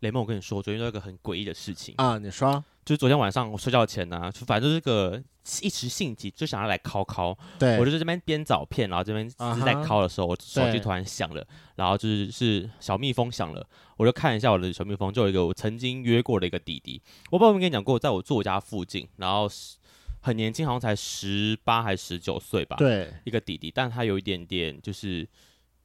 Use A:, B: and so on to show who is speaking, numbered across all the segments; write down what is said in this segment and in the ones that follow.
A: 雷梦，我跟你说，我昨天做一个很诡异的事情，
B: 啊，你说
A: 就是昨天晚上我睡觉前呢、就反正就是个一时兴起，就想要来敲敲。
B: 对，
A: 我就是这边编找片，然后这边
B: 啊
A: 是在
B: 哈
A: 敲的时候，我手
B: 对
A: 机突然响了，然后就是是小蜜蜂响了，我就看一下我的小蜜蜂，就有一个我曾经约过的一个弟弟，我不知道有没有跟你讲过，在我住我家附近，然后是很年轻，好像才十八还十九岁吧，
B: 对
A: 一个弟弟，但他有一点点就是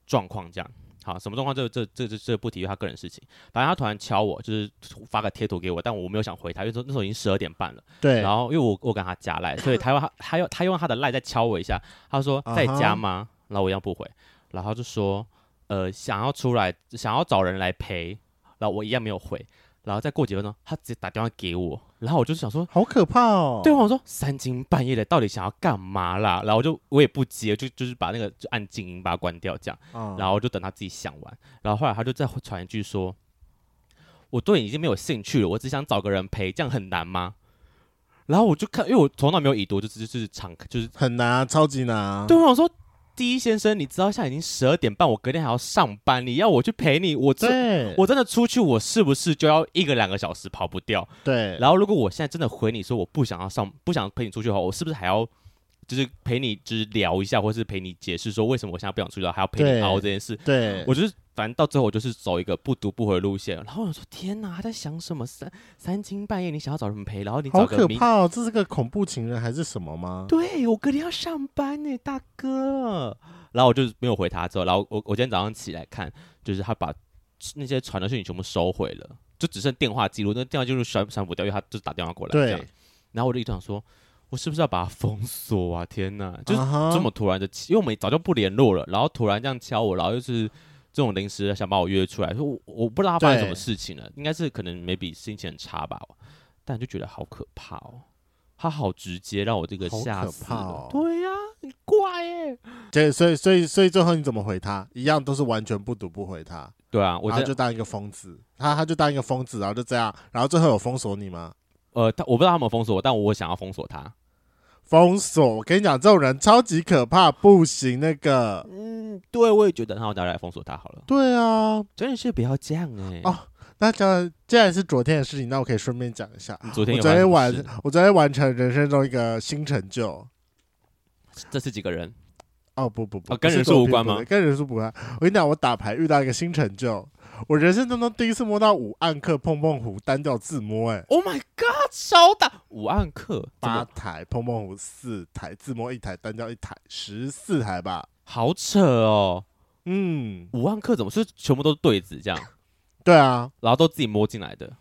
A: 状况这样。好，什么状况？这这这这这不提他个人事情。反正他突然敲我，就是发个贴图给我，但我没有想回他，因为那时候那时候已经十二点半了。
B: 对，
A: 然后因为我我跟他加赖，所以他用他他用他用他的赖再敲我一下，他说
B: 啊哈
A: 在家吗？然后我一样不回，然后他就说呃想要出来，想要找人来陪，然后我一样没有回，然后再过几分钟他直接打电话给我，然后我就想说。
B: 好可怕哦。
A: 对，我想说三更半夜的到底想要干嘛啦？然后我就我也不接，就就是把那个就按静音把它关掉这样，
B: 嗯，
A: 然后就等他自己想完。然后后来他就再传一句说：“我对你已经没有兴趣了，我只想找个人陪，这样很难吗？”然后我就看，因为我头脑没有已读，就是就是敞开，就是
B: 很难啊，超级难啊。
A: 对我想说，第一先生，你知道现在已经十二点半，我隔天还要上班，你要我去陪你，我这
B: 对，
A: 我真的出去，我是不是就要一个两个小时跑不掉？
B: 对，
A: 然后如果我现在真的回你说我不想要上，不想陪你出去的话，我是不是还要就是陪你就是聊一下，或是陪你解释说为什么我现在不想出去，还要陪
B: 对
A: 你熬这件事？
B: 对，
A: 我就是反正到最后我就是走一个不读不回的路线。然后我说天哪，他在想什么？三三更半夜你想要找人陪，然后你
B: 好
A: 找
B: 可
A: 个明。
B: 怕哦，这是个恐怖情人还是什么吗？
A: 对我隔天要上班呢，大哥。然后我就没有回他，之后，然后我我今天早上起来看，就是他把那些传的讯息全部收回了，就只剩电话记录，那电话记录删删不掉，因为他就是打电话过来这样
B: 对。，
A: 然后我就一直想说，我是不是要把他封锁啊？天哪，就是
B: 啊哈
A: 这么突然的，因为我们早就不联络了，然后突然这样敲我，然后又是这种临时想把我约出来，说我我不知道他发生什么
B: 对
A: 事情了，应该是可能 maybe 心情很差吧，但就觉得好可怕哦，他好直接让我这个
B: 好
A: 吓
B: 可
A: 死
B: 怕
A: 了，
B: 哦
A: 对呀、很怪耶、
B: 对，所以所以所以最后你怎么回他？一样都是完全不读不回他，
A: 对啊，我
B: 然后
A: 这
B: 就当一个疯子，他他就当一个疯子，然后就这样，然后最后有封锁你吗？
A: 呃，他我不知道他有没有封锁我，但我想要封锁他，
B: 封锁，我跟你讲，这种人超级可怕，不行那个。
A: 嗯，对，我也觉得，那我打来封锁他好了，
B: 对啊，
A: 真的是不要这样哎、
B: 哦那这既然是昨天的事情，那我可以顺便讲一下。
A: 你昨天
B: 我
A: 有发
B: 昨
A: 生
B: 天
A: 什么
B: 完
A: 事，
B: 我昨天完成人生中一个新成就。
A: 这是几个人？
B: 哦不不不，
A: 哦跟
B: 不是
A: 人数
B: 作
A: 无
B: 弊
A: 关
B: 不
A: 吗
B: 对跟人数无关。我跟你讲，我打牌遇到一个新成就，我人生当中第一次摸到五暗克碰碰胡单调自摸、哎，
A: Oh my god！超大五暗克，怎
B: 八
A: 么
B: 台碰碰胡四台，自摸一台，单调一台，十四台吧。
A: 好扯哦！
B: 嗯，
A: 五暗克怎么是全部都是对子 这样，
B: 对啊，
A: 然后都自己摸进来的？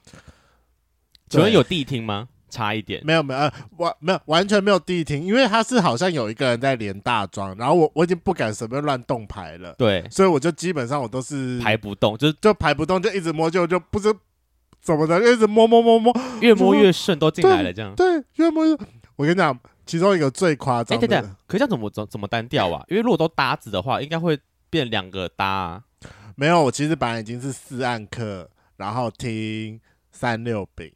A: 请问
B: 对
A: 有地听吗？差一点
B: 没有没有，呃完没有完全没有第一听，因为他是好像有一个人在连大庄，然后我我已经不敢随便乱动牌了，
A: 对，
B: 所以我就基本上我都是
A: 排不动，就是
B: 就排不动，就一直摸，就就不知怎么的，就一直摸摸摸摸，
A: 越摸越顺，都进来了这样。
B: 对，越摸越。我跟你讲，其中一个最夸
A: 哎，
B: 张
A: 等
B: 的，
A: 等，可是这样怎么怎怎么单调啊？因为如果都搭子的话，应该会变两个搭啊。
B: 没有，我其实本来已经是四暗课，然后听三六饼，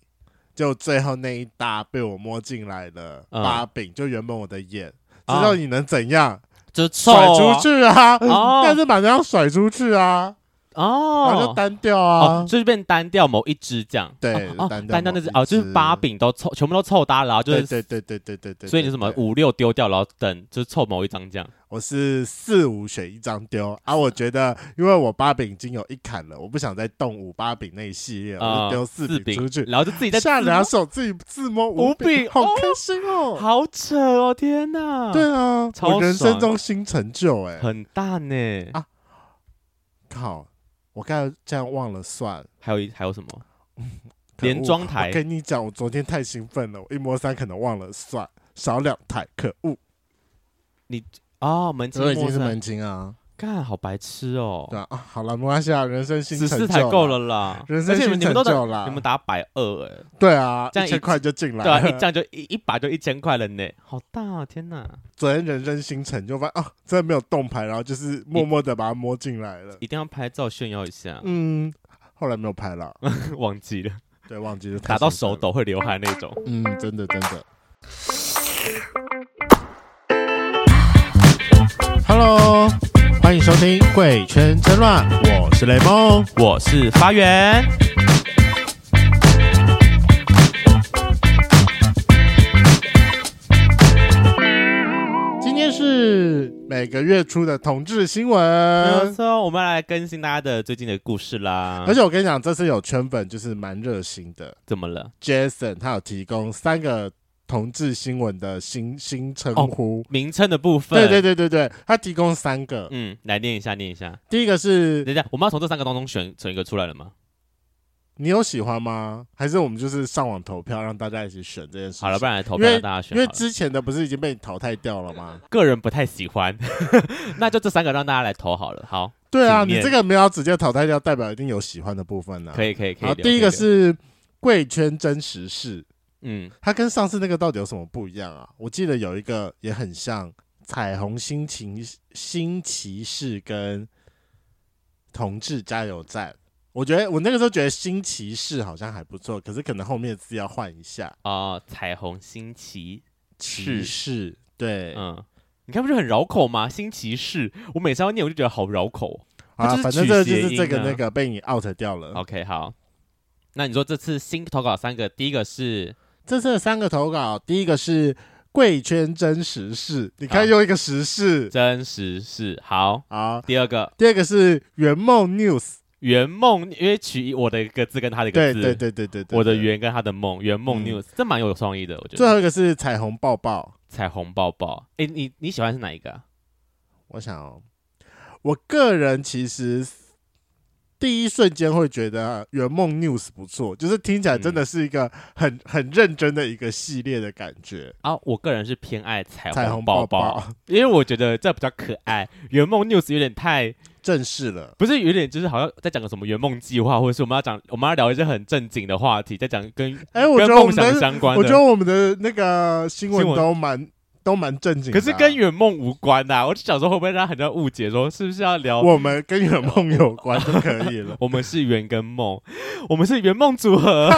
B: 就最后那一搭被我摸进来了
A: 嗯
B: 八饼，就原本我的眼，知
A: 啊
B: 道你能怎样？
A: 就是臭
B: 甩
A: 啊
B: 出去啊！
A: 哦
B: 但是把这样甩出去啊，然后就
A: 哦。
B: 单调啊。
A: 哦，就是变单调某一只这样。
B: 对
A: 哦哦，
B: 单调
A: 单调那
B: 某
A: 只
B: 一
A: 哦，就是
B: 只
A: 八饼都凑，全部都凑搭，然后就
B: 对
A: 是
B: 对对对对对对，
A: 所以你
B: 对
A: 什么
B: 对
A: 五六丢掉，然后等就是凑某一张这样。
B: 我是四五选一张丢啊！我觉得，因为我八饼已经有一砍了，我不想再动五八饼那一系列，我
A: 啊，
B: 就丢四
A: 四
B: 饼出去，啊
A: 然后就自己在
B: 下
A: 自摸
B: 两手自己自摸
A: 五
B: 饼，
A: 饼
B: 好
A: 哦
B: 开心哦！
A: 好扯哦，天哪！
B: 对，啊，
A: 超
B: 我人生
A: 爽
B: 中新成就哎！
A: 很大呢。
B: 啊靠，我刚才这样忘了算，
A: 还有一还有什么？
B: 可恶
A: 连庄台
B: 我跟你讲，我昨天太兴奋了，我一摸三可能忘了算，少两台，可恶！
A: 哦，门清
B: 我已
A: 末
B: 经是
A: 山
B: 门清啊，
A: 干好白痴哦
B: 对。啊，啊好了，没关系啊，人生新
A: 十
B: 成就
A: 四台够，了啦，
B: 人生
A: 而且你
B: 新
A: 们你们
B: 成
A: 都打
B: 就啦，
A: 你们打百二哎，
B: 对啊，
A: 这样
B: 一千
A: 一
B: 块就进来
A: 对啊，
B: 了。
A: 一这样就一一把就一千块了呢，好大哦，天哪！
B: 昨天人生新成就，发现哦，真的没有动牌，然后就是默默的把它摸进来了。
A: 一定要拍照炫耀一 下，
B: 嗯，后来没有拍了，
A: 忘记了，
B: 对，忘记就太
A: 打到
B: 兴奋
A: 手
B: 了。
A: 抖会流汗那种。
B: 嗯，真的真的。Hello，欢迎收听《贵圈争乱》，我是雷梦。
A: 我是发源，
B: 每个月初的同志新
A: 没
B: 闻。
A: 错，我们来更新大家的最近的故事啦。
B: 嗯而且我跟你讲，这次有圈粉就是蛮热心的
A: 怎么了？
B: ，Jason 他有提供三个同志新闻的新新称呼。
A: 名称的部分，
B: 对对
A: 哦对，
B: 对对对，他提供三个，
A: 嗯，来念一下，念一下。
B: 第一个是
A: 等一下，我们要从这三个当中选选一个出来了吗？
B: 你有喜欢吗？还是我们就是上网投票让大家一起选这件事情？
A: 好了，不然来投
B: 因
A: 票
B: 为
A: 让大家选
B: 因为
A: 好了。
B: 之前的不是已经被你淘汰掉了吗？
A: 个人不太喜欢， 那就这三个让大家来投好了。好，
B: 对啊，
A: 请念
B: 你这个没有直接淘汰掉，代表一定有喜欢的部分呢、啊
A: 可以，可以，可以
B: 好，
A: 留。
B: 第一
A: 可以留，
B: 个是贵圈真实事，
A: 嗯，
B: 它跟上次那个到底有什么不一样啊？我记得有一个也很像彩虹新奇新骑士跟同志加油站。我觉得我那个时候觉得新骑士好像还不错，可是可能后面的字要换一下。
A: 哦，彩虹新奇，
B: 骑士，对，
A: 嗯，你看不是很绕口吗？新奇士，我每次要念我就觉得好绕口哦。
B: 好啦
A: 它
B: 反
A: 就是
B: 正
A: 取
B: 这就
A: 谐
B: 是
A: 音
B: 这个
A: 啊
B: 那个被你 out 掉了。
A: OK，好。那你说这次新投稿三个，第一个是
B: 这次的三个投稿，第一个是贵圈真实事，你看
A: 好
B: 又一个时事
A: 真实是好，
B: 啊。
A: 第二个
B: 第二个是圆梦 news，
A: 圆梦，因为取我的一个字跟他的一个
B: 对
A: 字，
B: 对对对对对，
A: 我的
B: 对。
A: 圆跟他的梦，圆梦
B: 嗯
A: news，、这蛮有创意的，我觉
B: 最
A: 得。
B: 后一个是彩虹抱抱，
A: 彩虹抱抱，哎，你你喜欢是哪一个啊、
B: 我想哦、我个人其实第一瞬间会觉得圆梦 news 不错，就是听起来真的是一个很很认真的一个系列的感觉。
A: 啊，我个人是偏爱彩
B: 彩
A: 虹
B: 虹
A: 抱
B: 抱
A: 抱，
B: 抱
A: 因为我觉得这比较可爱。圆梦 news 有点太，
B: 正式了，
A: 不是有点就是好像在讲个什么圆梦计划，或者是我们要讲我们要聊一些很正经的话题，在讲跟
B: 哎、我
A: 跟
B: 觉得我
A: 梦
B: 们
A: 想
B: 的，
A: 相关
B: 我觉得
A: 的。
B: 我们的那个新闻
A: 新闻
B: 都蛮都蛮正经
A: 可
B: 的啊、
A: 是跟圆梦无关呐、啊我就想说会不会让很多人误解，说是不是要聊
B: 我们跟圆梦有关就可 以了
A: 我们是圆跟梦，我们是圆梦组 合。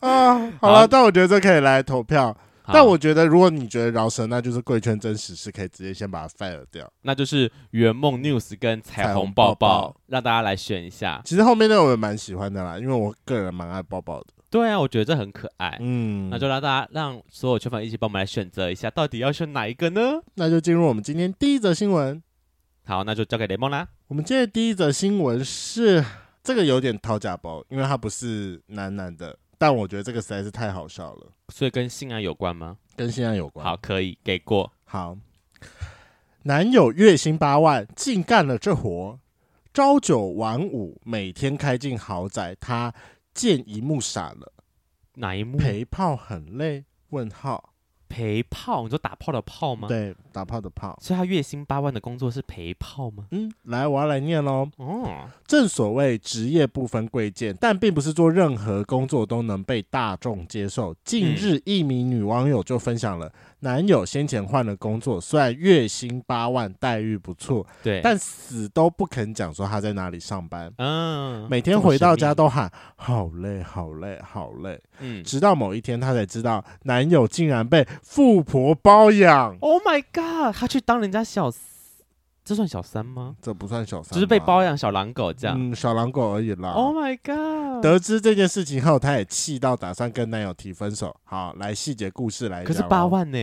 B: 啊。好
A: 好
B: 了，但我觉得这可以来投票。
A: 好
B: 但我觉得，如果你觉得饶舌，那就是贵圈真实是可以直接先把它 fire 掉。
A: 那就是圆梦 news 跟彩
B: 彩
A: 虹
B: 虹
A: 抱
B: 抱
A: 抱
B: 抱，
A: 让大家来选一下。
B: 其实后面那个我也蛮喜欢的啦，因为我个人蛮爱抱抱的。
A: 对啊，我觉得这很可爱。
B: 嗯，
A: 那就让大家让所有圈粉一起帮我们来选择一下，到底要选哪一个呢？
B: 那就进入我们今天第一则新闻。
A: 好，那就交给雷梦啦。
B: 我们今天的第一则新闻是这个有点掏假包，因为它不是男男的，但我觉得这个实在是太好笑了，
A: 所以跟性爱有关吗？
B: 跟现在有关。
A: 好，可以给过。
B: 好，男友月薪八万，净干了这活，朝九晚五，每天开进豪宅，他见一幕傻了，
A: 哪一幕？
B: 陪炮很累？问号，
A: 陪炮？你说打炮的炮吗？。
B: 对，打炮的炮。
A: 所以他月薪八万的工作是陪炮吗？
B: 嗯，来，我要来念喽。
A: 哦，
B: 正所谓职业不分贵贱，但并不是做任何工作都能被大众接受。近
A: 嗯
B: 日，一名女网友就分享了男友先前换了工作，虽然月薪八万，待遇不错，
A: 对。
B: 但死都不肯讲说他在哪里上班。
A: 嗯，
B: 每天回到家都喊好累，好累，好累。
A: 这么神秘嗯
B: 直到某一天，她才知道男友竟然被富婆包养，
A: ，Oh my god，他去当人家小四，这算小三吗？
B: 这不算小三吧，
A: 就是被包养小狼狗这样。
B: 嗯，小狼狗而已啦。
A: Oh my god！
B: 得知这件事情后，她也气到打算跟男友提分手。好，来细节故事来
A: 可
B: 讲哦。
A: 是八万呢、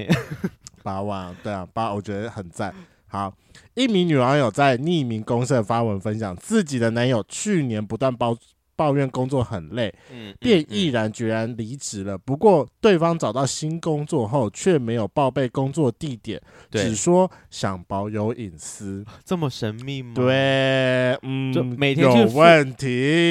B: 八万，对啊，八，我觉得很赞。好，一名女网友在匿名公社发文分享，自己的男友去年不断抱抱怨工作很累，
A: 嗯，
B: 便毅然决然离职了。不过，对方找到新工作后，却没有报备工作地点，
A: 嗯对
B: 只，说想保有隐私。
A: 这么神秘吗？，
B: 对，嗯，
A: 就每天去
B: 有
A: 富
B: 问题，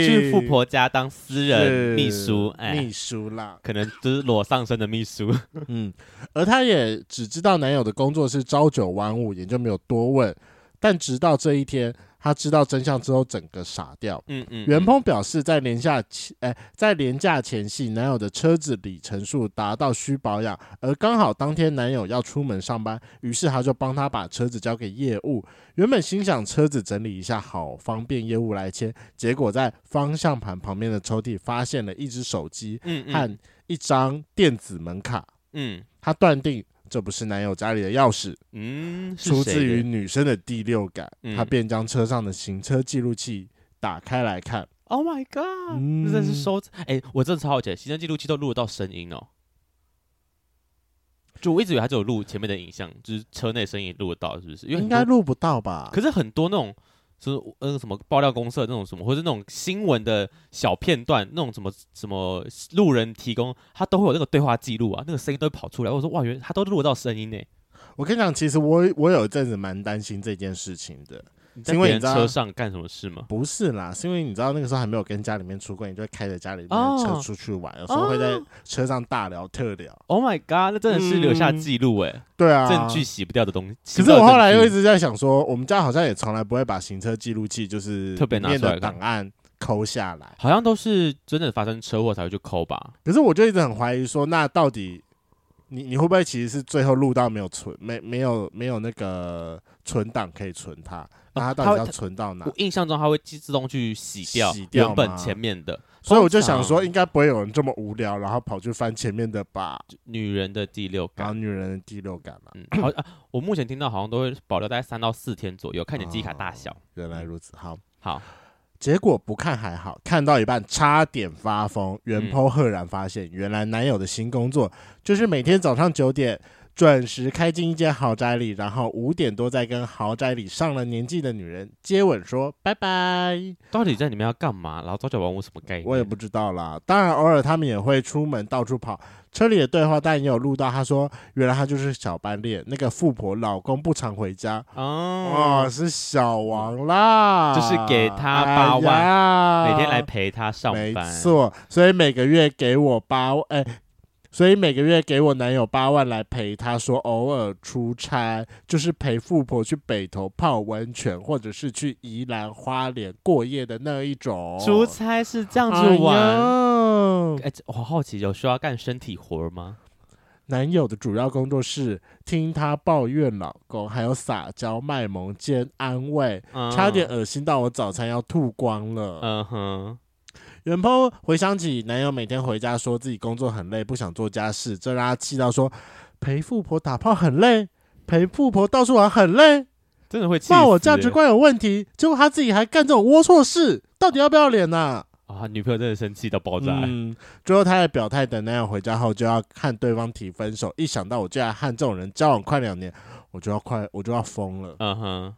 A: 去富婆家当私人
B: 是
A: 秘书，哎，
B: 秘书啦，
A: 可能就是裸上身的秘书。
B: 嗯，而她也只知道男友的工作是朝九晚五，也就没有多问。但直到这一天，她知道真相之后，整个傻掉。
A: 嗯嗯，
B: 袁鹏表示，在廉价前，哎、在廉价前夕，男友的车子里程数达到需保养，而刚好当天男友要出门上班，于是他就帮他把车子交给业务。原本心想车子整理一下，好方便业务来签，结果在方向盘旁边的抽屉发现了一只手机
A: 嗯嗯
B: 和一张电子门卡，
A: 嗯
B: 他断定。这不是男友家里的钥匙，
A: 嗯，是
B: 出
A: 谁
B: 自于
A: 的
B: 女生的第六感，
A: 嗯
B: 他便将车上的行车记录器打开来看，
A: Oh my god！
B: 嗯
A: 那真是收哎，我真的超好奇，行车记录器都录得到声音哦。就我一直以为他只有录前面的影像，就是车内声音录得到，是不是？因为
B: 应
A: 很
B: 该
A: 多，
B: 录不到吧？
A: 可是很多那种。就是嗯什么爆料公社那种什么，或者那种新闻的小片段，那种什么什么路人提供，他都会有那个对话记录啊，那个声音都会跑出来。我说哇，原来他都录得到声音呢，
B: 我跟你讲，其实我我有一阵子蛮担心这件事情的，
A: 你
B: 是
A: 在
B: 因为
A: 别
B: 你
A: 人
B: 知道
A: 车上干什么事吗？
B: 不是啦，是因为你知道那个时候还没有跟家里面出柜，你就会开着家里面的
A: 哦
B: 车出去玩，有时候会在车上大聊特聊。
A: Oh my god，那真的是留下记录哎，
B: 对啊，
A: 证据。洗不掉的东西。洗
B: 可
A: 不
B: 是
A: 掉的
B: 我后来
A: 证
B: 又
A: 据
B: 一直在想说，我们家好像也从来不会把行车记录器就是
A: 特别拿
B: 里面
A: 出来
B: 的
A: 看
B: 档案抠下来。
A: 好像都是真的发生车祸才会去抠吧？
B: 可是我就一直很怀疑说，那到底你你会不会其实是最后录到没有存没没有没有那个存档可以存它？那它到
A: 它
B: 底
A: 会
B: 要
A: 它
B: 存到哪
A: 哦我？印象中它会自自动去洗掉
B: 洗掉
A: 原本
B: 吗
A: 前面的
B: 所以我就想
A: 通
B: 说，
A: 常
B: 应该不会有人这么无聊，然后跑去翻前面的吧，
A: 女人的第六
B: 然后
A: 感。
B: 女人的第六感嘛。
A: 嗯，好、啊，我目前听到好像都会保留大概三到四天左右，看你机卡大小。
B: 原来如此，好。
A: 好，
B: 结果不看还好，看到一半差点发
A: 嗯
B: 疯。原剖赫然发现，原来男友的新工作就是每天早上九点准时开进一间豪宅里，然后五点多再跟豪宅里上了年纪的女人接吻说拜拜。
A: 到底在里面要干嘛？然后朝九晚五什么概念？
B: 我也不知道啦，当然偶尔他们也会出门到处跑。车里的对话，但也有录到他说，原来他就是小班恋那个富婆老公不常回家，哦，
A: 哦，
B: 是小王啦，哎
A: 就是给他八万
B: 万
A: 每天来陪他上
B: 没
A: 班。
B: 错，所以每个月给我八万，哎、所以每个月给我男友八万来陪他，说偶尔出差，就是陪富婆去北头泡温泉，或者是去宜兰花莲过夜的那一种。
A: 出差是这样
B: 哎
A: 子
B: 呦
A: 玩。哎、这我好奇，有需要干身体活吗？
B: 男友的主要工作是听她抱怨老公，还有撒娇卖萌兼安慰，
A: 嗯
B: 差点。恶心到我早餐要吐光了。
A: 嗯哼，
B: 袁鹏回想起男友每天回家说自己工作很累，不想做家事，这让他气到说：“陪富婆打炮很累，陪富婆到处玩很累，
A: 真的会气
B: 骂我
A: 死
B: 价值
A: 欸
B: 观有问题。”结果他自己还干这种龌龊事，到底要不要脸呐、
A: 啊！女朋友真的生气到爆炸欸、
B: 嗯，最后他也表态，等男友回家后就要和对方提分手。一想到我竟然和这种人交往快两年，我就要快我就要疯了。
A: 嗯哼，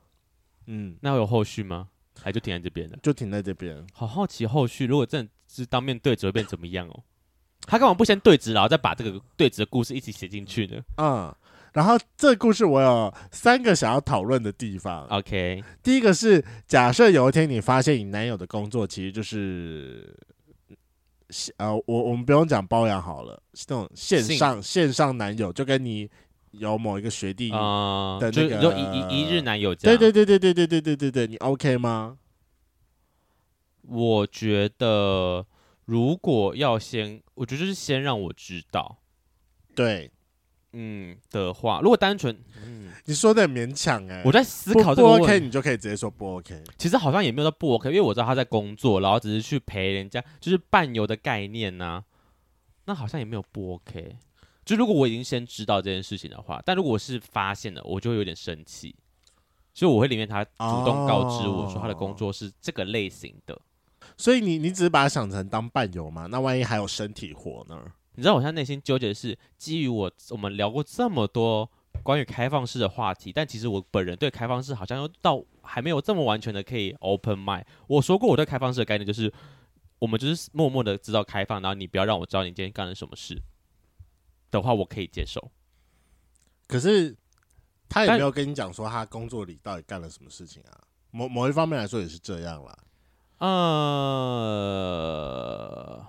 B: 嗯，
A: 那有后续吗？还就停在这边了。
B: 就停在这边。
A: 好好奇后续，如果真的是当面对质会变怎么样哦？他干嘛不先对质，然后再把这个对质的故事一起写进去呢
B: 嗯，然后这故事我有三个想要讨论的地方。
A: ？OK，
B: 第一个是，假设有一天你发现你男友的工作其实就是，呃，我我们不用讲包养好了，是那种线
A: 性
B: 上线上男友，就跟你有某一个学弟，
A: 啊、
B: 的那
A: 就
B: 个
A: 是就一一一日男友这
B: 对
A: 样。
B: 对
A: 对，
B: 对对对对对对对对，你 OK 吗？
A: 我觉得如果要先，我觉得就是先让我知道，
B: 对，
A: 嗯的话，如果单纯，嗯，
B: 你说的很勉强哎、
A: 我在思
B: 不
A: 考这
B: 不
A: 个
B: OK，
A: 问题，
B: 你就可以直接说不 OK。
A: 其实好像也没有到不 OK，因为我知道他在工作，然后只是去陪人家，就是伴游的概念呐、那好像也没有不 OK。就如果我已经先知道这件事情的话，但如果我是发现了，我就会有点生气，所以我会宁愿他主动告知我说他的工作是这个类型的。
B: 所以你你只是把它想成当伴游嘛？那万一还有身体活呢？
A: 你知道我现在内心纠结的是，基于我我们聊过这么多关于开放式的话题，但其实我本人对开放式好像又到还没有这么完全的可以 open mind。我说过我对开放式的概念就是，我们就是默默的知道开放，然后你不要让我知道你今天干了什么事的话，我可以接受。
B: 可是他也
A: 但
B: 没有跟你讲说他工作里到底干了什么事情啊？某某一方面来说也是这样啦。
A: 呃，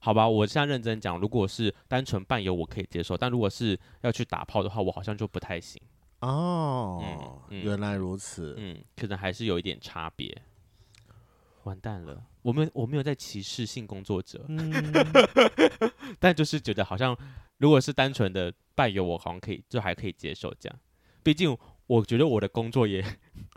A: 好吧，我现在认真讲，如果是单纯伴游，我可以接受，但如果是要去打炮的话，我好像就不太行。
B: 哦，
A: 嗯嗯
B: 原来如此。
A: 嗯，可能还是有一点差别。完蛋了，我没有我没有在歧视性工作者，但就是觉得好像如果是单纯的伴游，我好像可以就还可以接受这样。毕竟我觉得我的工作也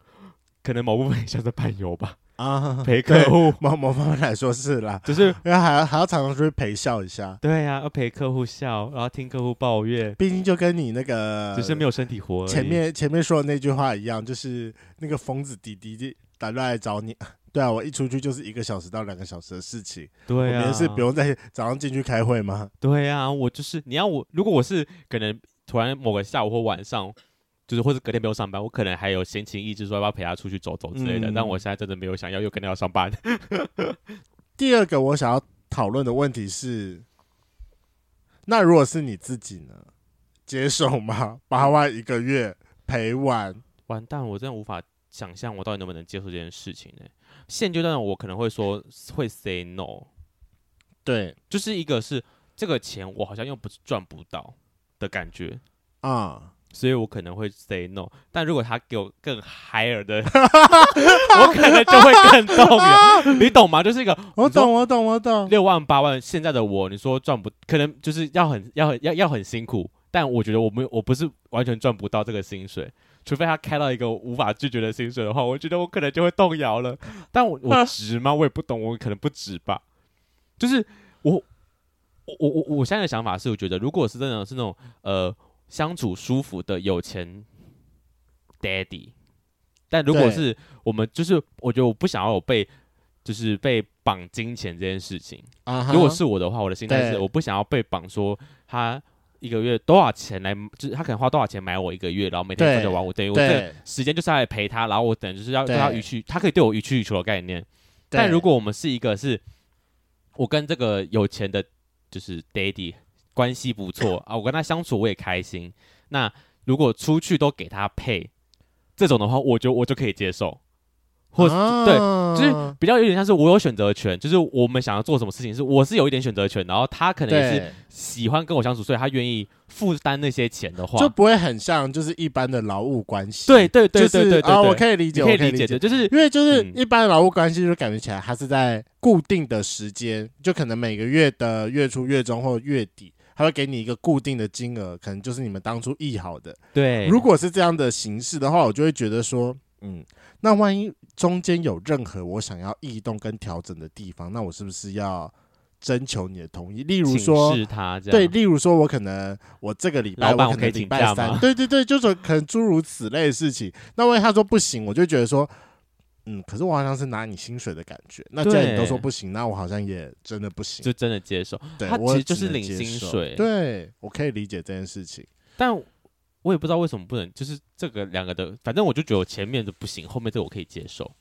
A: 可能某部分也像是伴游 吧，
B: 啊，
A: 陪客户，
B: 某某方面来说是啦，
A: 就是
B: 因为还要还要常常出去陪笑一下，
A: 对啊，要陪客户笑，然后听客户抱怨，
B: 毕竟就跟你那个
A: 只是没有身体活而已。
B: 前面前面说的那句话一样，就是那个疯子弟弟打乱来找你。对啊，我一出去就是一个小时到两个小时的事情，我
A: 对
B: 们
A: 啊，
B: 也是不用再早上进去开会吗？
A: 对啊，我就是你要我，如果我是可能突然某个下午或晚上，就是或是隔天不用上班，我可能还有闲情逸致说要不要陪他出去走走之类的。
B: 嗯
A: 但我现在真的没有想要，又跟他要上班。
B: 第二个我想要讨论的问题是，那如果是你自己呢，接受吗？八万一个月陪玩，
A: 完蛋，我真的无法想象我到底能不能接受这件事情呢、现阶段我可能会说会 say no，
B: 对
A: 就是一个是这个钱我好像又不是赚不到的感觉，
B: 啊、
A: 所以我可能会 say no。但如果他给我更 higher 的， 我可能就会更 动摇，你懂吗？就是一个
B: 我懂，我懂，我懂。
A: 六万八万，现在的我，你说赚不，可能就是要很要很要要很辛苦，但我觉得我没有我不是完全赚不到这个薪水，除非他开到一个无法拒绝的薪水的话，我觉得我可能就会动摇了。但我我值吗？我也不懂，我可能不值吧。就是我我我我我现在的想法是，我觉得如果是真的是那种呃相处舒服的有钱 daddy，但如果
B: 对
A: 是我们就是我觉得我不想要有被就是被绑金钱这件事情。
B: 啊哈
A: 如果是我的话，我的心态是
B: 对
A: 我不想要被绑，说他一个月多少钱来，就是他可能花多少钱买我一个月，然后每天朝
B: 对
A: 九晚五，等于我这个
B: 对，
A: 时间就是要来陪他，然后我等就是要对
B: 对
A: 他予取，他可以对我予取予求的概念。但
B: 对
A: 如果我们是一个是，我跟这个有钱的，就是 daddy 关系不 错啊，我跟他相处我也开心。那如果出去都给他配这种的话，我觉得我就可以接受，或
B: 啊
A: 对就是比较有点像是我有选择权，就是我们想要做什么事情是我是有一点选择权，然后他可能也是
B: 对，
A: 喜欢跟我相处，所以他愿意负担那些钱的话，
B: 就不会很像就是一般的劳务关系。
A: 对对对对
B: 就是
A: 对对
B: 啊，
A: 对
B: 我可以理
A: 你
B: 解，
A: 可以
B: 我可以
A: 理解的，就是
B: 因为就是
A: 嗯
B: 一般劳务关系，就感觉起来它是在固定的时间，就可能每个月的月初、月中或月底，它会给你一个固定的金额，可能就是你们当初议好的。
A: 对，
B: 如果是这样的形式的话，我就会觉得说，嗯，那万一中间有任何我想要异动跟调整的地方，那我是不是要征求你的同意？例如说，
A: 是他这样
B: 对，例如说，我可能我这个礼拜
A: 老板
B: 我
A: 我可以
B: 能礼
A: 请
B: 拜
A: 假
B: 三
A: 吗，
B: 对对对，就是可能诸如此类的事情。那万一他说不行，我就觉得说，嗯，可是我好像是拿你薪水的感觉。那既然你都
A: 对
B: 说不行，那我好像也真的不行。
A: 就真的接受。
B: 对，
A: 他
B: 我
A: 其实就
B: 只
A: 是
B: 能
A: 领
B: 接
A: 薪
B: 受
A: 水
B: 对我可以理解这件事情。
A: 但我也不知道为什么不能，就是这个两个的，反正我就觉得我前面的不行，后面这个我可以接受。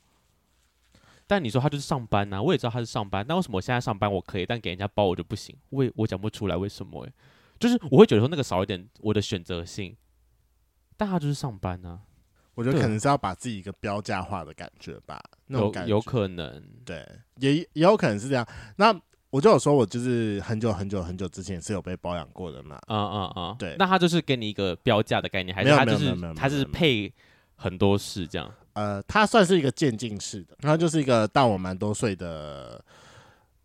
A: 但你说他就是上班呐、我也知道他是上班，但为什么我现在上班我可以，但给人家包我就不行？我也我讲不出来为什么、欸、就是我会觉得说那个少一点我的选择性，但他就是上班啊呐、
B: 我觉得
A: 对
B: 可能是要把自己一个标价化的感觉吧，那种
A: 有
B: 感觉
A: 有可能，
B: 对，也也有可能是这样。那我就有说，我就是很久很久很久之前是有被包养过的嘛，
A: 啊啊啊，
B: 对
A: 那他就是给你一个标价的概念，还是
B: 没有
A: 他就
B: 没有没
A: 是
B: 有没有
A: 他
B: 没
A: 是
B: 有没有
A: 配很多事这样？
B: 呃，他算是一个渐进式的，然后就是一个大我蛮多岁的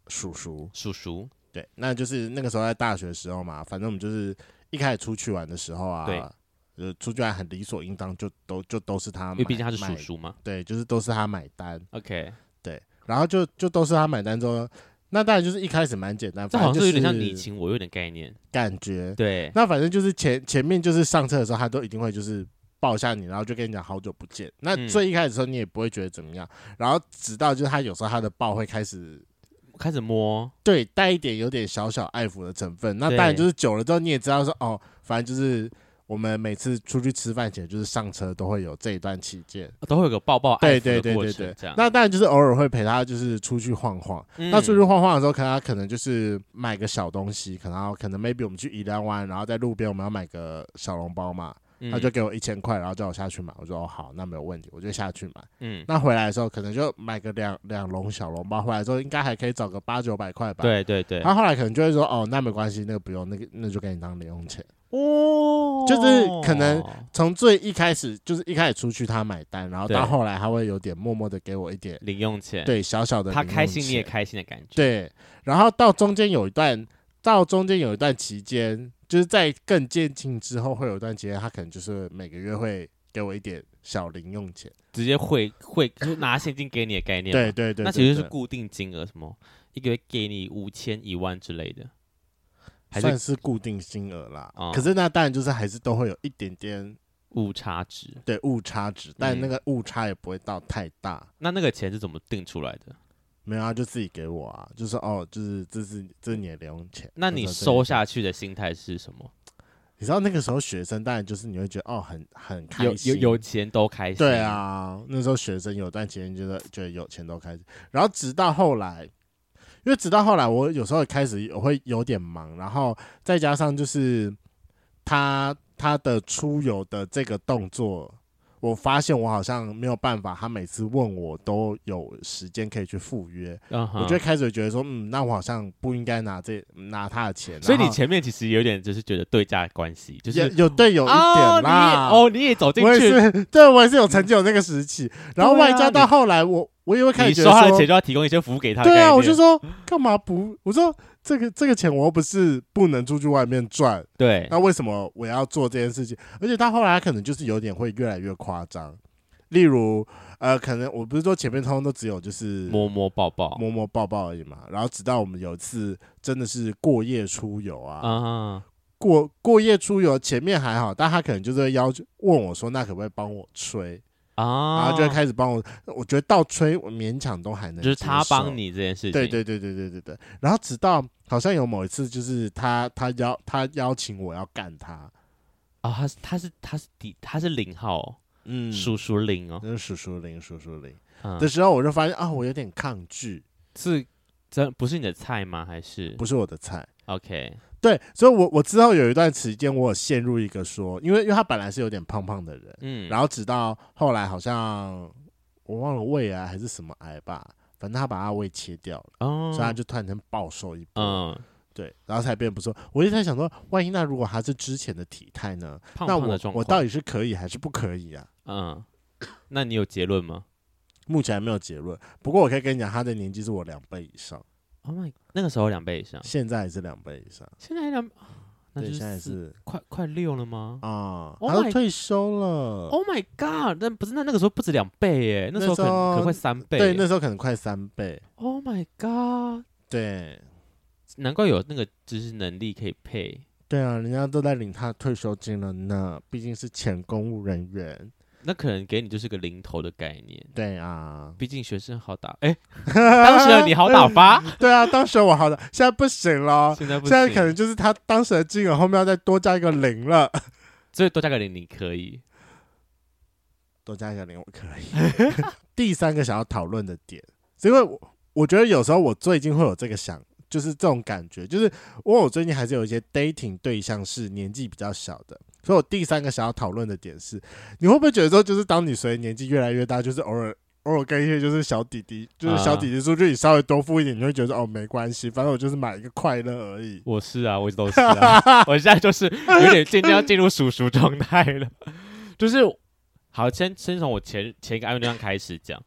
B: 叔叔，
A: 叔叔，
B: 对，那就是那个时候在大学的时候嘛，反正我们就是一开始出去玩的时候啊，
A: 对
B: 就出去玩很理所应当，就都就都是他买，
A: 因为毕竟他是叔
B: 买，
A: 叔嘛。
B: 对，就是都是他买单，
A: OK，
B: 对，然后就就都是他买单之后，那当然就是一开始蛮简单，
A: 这好像
B: 反正
A: 是
B: 就
A: 有点像你情我有点概念，
B: 感觉，
A: 对，
B: 那反正就是前前面就是上车的时候，他都一定会就是抱一下你，然后就跟你讲好久不见。那
A: 嗯
B: 最一开始的时候你也不会觉得怎么样，然后直到就是他有时候他的抱会开始
A: 开始摸，
B: 对带一点有点小小爱抚的成分。那
A: 对
B: 当然就是久了之后你也知道说哦，反正就是我们每次出去吃饭前就是上车都会有这一段期间。
A: 都会有个抱抱爱
B: 对
A: 抚
B: 对
A: 的
B: 对
A: 过
B: 对
A: 程
B: 对
A: 这样，。
B: 那当然就是偶尔会陪他就是出去晃晃。
A: 嗯
B: 那出去晃晃的时候，可能他可能就是买个小东西，可能要可能 maybe 我们去宜兰湾，然后在路边我们要买个小笼包嘛，
A: 嗯
B: 他就给我一千块，然后叫我下去买，我说哦好，那没有问题，我就下去买。
A: 嗯，嗯
B: 那回来的时候可能就买个两两笼小笼包，回来之后应该还可以找个八九百块吧。。
A: 对对对，
B: 他后来可能就会说哦，那没关系，那个不用，那个那就给你当零用钱。
A: 哦
B: 就是可能从最一开始就是一开始出去他买单，然后到
A: 对
B: 后来他会有点默默的给我一点
A: 零用钱，，
B: 对小小的
A: 他
B: 零
A: 开
B: 用
A: 心你也
B: 钱
A: 开心的感觉，
B: 对，然后到中间有一段，到中间有一段期间，就是在更渐进之后，会有一段期间，他可能就是每个月会给我一点小零用钱。
A: 直接汇汇就是拿现金给你的概念嘛，
B: 对对对，
A: 那
B: 对
A: 其实是
B: 对
A: 固定金额，什么一个月给你五千一万之类的，还
B: 算
A: 是
B: 是固定金额啦。
A: 哦
B: 可是那当然就是还是都会有一点点
A: 误差值？
B: 对误差值，但
A: 嗯
B: 那个误差也不会到太大。
A: 那那个钱是怎么定出来的？
B: 没有，他就自己给我啊，就说哦，就是这是这是你的零用钱。
A: 那
B: 就
A: 你
B: 说这
A: 收
B: 个
A: 下去的心态是什么？
B: 你知道那个时候学生，当然就是你会觉得哦，很很开
A: 有
B: 心，
A: 有有钱都开心，
B: 对，啊，那时候学生有段时间觉得觉得有钱都开始，然后直到后来，因为直到后来我有时候开始我会有点忙，然后再加上就是他他的出游的这个动作，我发现我好像没有办法，他每次问我都有时间可以去赴约，
A: 嗯哼
B: 我就开始觉得说，嗯，那我好像不应该拿这拿他的钱，
A: 所以
B: 然
A: 你
B: 后
A: 前面其实有点就是觉得对价关系，就是
B: 也有对有一
A: 哦
B: 点
A: 你
B: 啦，
A: 也哦，你也走进
B: 我也
A: 去，
B: 是，对我也是有曾经有那个时期，然后
A: 对啊
B: 外加到后来我，我也会开
A: 你
B: 始觉
A: 收他
B: 得
A: 的钱
B: 说，
A: 就要提供一些服务给他的概
B: 对
A: 念，
B: 啊，我就说干嘛不？我说这个这个钱我又不是不能出去外面赚，
A: 对，
B: 那为什么我要做这件事情？而且到后来他可能就是有点会越来越夸张，例如呃，可能我不是说前面通通都只有就是
A: 摸摸抱抱，
B: 摸摸抱抱而已嘛，然后直到我们有一次真的是过夜出游啊，
A: 啊，
B: 过过夜出游前面还好，但他可能就是会要求问我说，那可不可以帮我吹？
A: 啊，
B: 然后就会开始帮我。我觉得倒吹我勉强都还能，
A: 就是他帮。你这件事情，
B: 对对对对对对对。然后直到好像有某一次，就是他他邀他邀请我要干他，
A: 啊，他是他是他是底他是零号哦
B: 嗯
A: 叔叔零哦，
B: 那是叔叔林叔叔林
A: 嗯
B: 的时候，我就发现啊，我有点抗拒，
A: 是真不是你的菜吗？还是
B: 不是我的菜。
A: OK？
B: 对，所以我我之后有一段时间，我有陷入一个说，因为因为他本来是有点胖胖的人，
A: 嗯，
B: 然后直到后来好像我忘了胃癌还是什么癌吧，反正他把他胃切掉了，
A: 哦
B: 所以他就突然间暴瘦一波。
A: 嗯，
B: 对，然后才变不错。我一直在想说，万一那如果他是之前的体态呢？
A: 胖
B: 那
A: 胖的
B: 我
A: 状
B: 我
A: 况，
B: 到底是可以还是不可以啊？
A: 嗯，那你有结论吗
B: 目前还没有结论。不过我可以跟你讲，他的年纪是我两倍以上，
A: ？Oh my，那个时候两倍以上，
B: 现在还是两倍以上。
A: 现在两，那
B: 对，
A: 就是
B: 现在
A: 四
B: 是
A: 快快六了吗
B: 啊，
A: Oh
B: 他都
A: my-
B: 退休了。
A: ？Oh my god！那不是那那个时候不止两倍耶，那时候可
B: 那时
A: 能
B: 候
A: 可能快三倍。
B: 对，那时候可能快三倍。
A: Oh my god！
B: 对，
A: 难怪有那个就是能力可以配。
B: 对啊，人家都在领他退休金了呢，毕竟是前公务人员。
A: 那可能给你就是个零头的概念，
B: 对啊，
A: 毕竟学生好打， 哎、当时的你好打发，
B: 对啊，当时我好的，现在不行了。
A: 现在不
B: 现
A: 行，
B: 在可能就是他当时的金额后面要再多加一个零了，
A: 所以多加个零，你可以。
B: 多加一个零我可以。 第三个想要讨论的点，是因为我我觉得有时候我最近会有这个想，就是这种感觉，就是因为我最近还是有一些 dating 对象是年纪比较小的，所以我第三个想要讨论的点是，你会不会觉得说，就是当你随着年纪越来越大，就是偶尔。偶尔跟一些就是小弟弟，就是小弟弟出去，你稍微多付一点，你会觉得哦没关系，反正我就是买一个快乐而已。
A: 我是啊，我一直 都是啊，我现在就是有点渐渐要进入叔叔状态了，就是好，先先从我前前一个暧昧对象开始讲，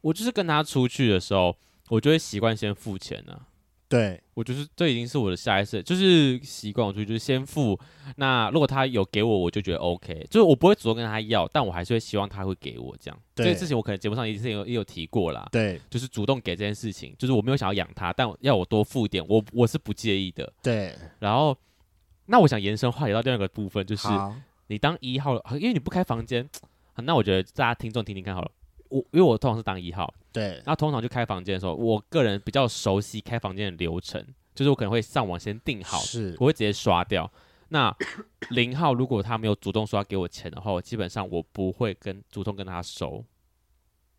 A: 我就是跟他出去的时候，我就会习惯先付钱啊，
B: 对，
A: 我就是这已经是我的下意识，就是习惯我出去就是先付，那如果他有给我，我就觉得 OK，就是我不会主动跟他要，但我还是会希望他会给我这样，这
B: 对
A: 件事情我可能节目上也是有也有提过啦，
B: 对
A: 就是主动给这件事情，就是我没有想要养他，但要我多付一点，我我是不介意的。
B: 对，
A: 然后，那我想延伸话题到另外一个部分，就是
B: 好，
A: 你当一号，啊因为你不开房间，啊那我觉得大家听众听听看好了。我因为我通常是当一号，
B: 对
A: 那通常去开房间的时候，我个人比较熟悉开房间的流程，就是我可能会上网先订好，
B: 是
A: 我会直接刷掉。那零号如果他没有主动说要给我钱的话，我基本上我不会跟主动跟他收。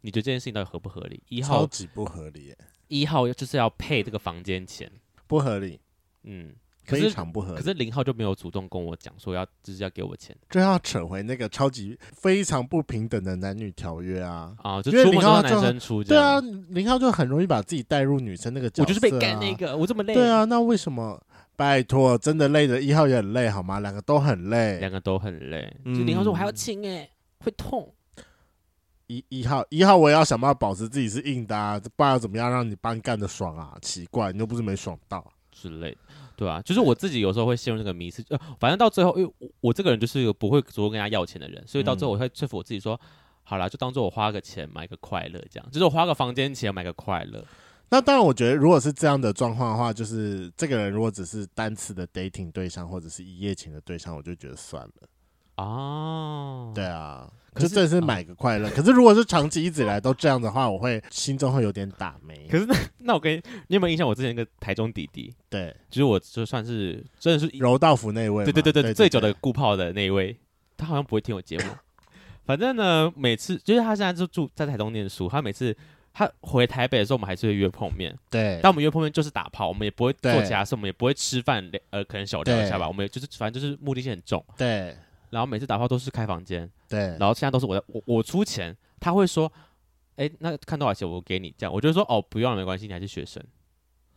A: 你觉得这件事情到底合不合理？一
B: 超
A: 号
B: 级不合理耶，
A: 一号就是要配这个房间钱，
B: 不合理，
A: 嗯，可
B: 非
A: 是
B: 常不合理。
A: 可是零号就没有主动跟我讲说要就是要给我钱
B: 这要扯回那个超级非常不平等的男女条约啊。
A: 啊，就
B: 因为
A: 出门
B: 0
A: 都
B: 号
A: 是
B: 就
A: 男生出这
B: 对啊，
A: 样。
B: 林浩就很容易把自己带入女生那个角色、
A: 我
B: 啊，
A: 就是被干那。个，我这么累。
B: 对，啊，那为什么？拜托，真的累的一号也很累，好吗？两个都很累
A: 两。个都很累。
B: 嗯
A: 就零号说我还要亲哎，会痛。
B: 一一号一号，我也要想办法保持自己是硬的啊，不然怎么样让你帮你干的爽啊？奇怪，你又不是没爽到。
A: 之类的，对啊，就是我自己有时候会陷入那个迷失，呃，反正到最后，因为我我这个人就是一个不会主动跟人家要钱的人，所以到最后我会说服我自己说，好啦，就当做我花个钱买个快乐，这样，就是我花个房间钱买个快乐，
B: 那当然，我觉得如果是这样的状况的话，就是这个人如果只是单次的 dating 对象或者是一夜情的对象，我就觉得算了。
A: 啊，
B: 对啊，
A: 可嗯
B: 就是真的是买个快乐。可是如果是长期一直以来都这样的话，我会心中会有点打 没。
A: 可是那那我跟你，你有没有印象？我之前一个台中弟弟，
B: 对，
A: 就是我就算是真的是
B: 柔道府那位嘛，
A: 对对对
B: 对
A: 对，醉酒的顾炮的那一位，他好像不会听我节目。反正呢，每次就是他现在就住在台东念书，他每次他回台北的时候，我们还是会约碰面。
B: 对
A: 但我们约碰面就是打炮，我们也不会做
B: 对
A: 其他事，我们也不会吃饭，呃，可能小聊一下吧。
B: 对
A: 我们也就是反正就是目的性很重。
B: 对
A: 然后每次打炮都是开房间，
B: 对
A: 然后现在都是我在我我出钱，他会说，哎，那看多少钱我给你这样，我就说哦不用了没关系，你还是学生。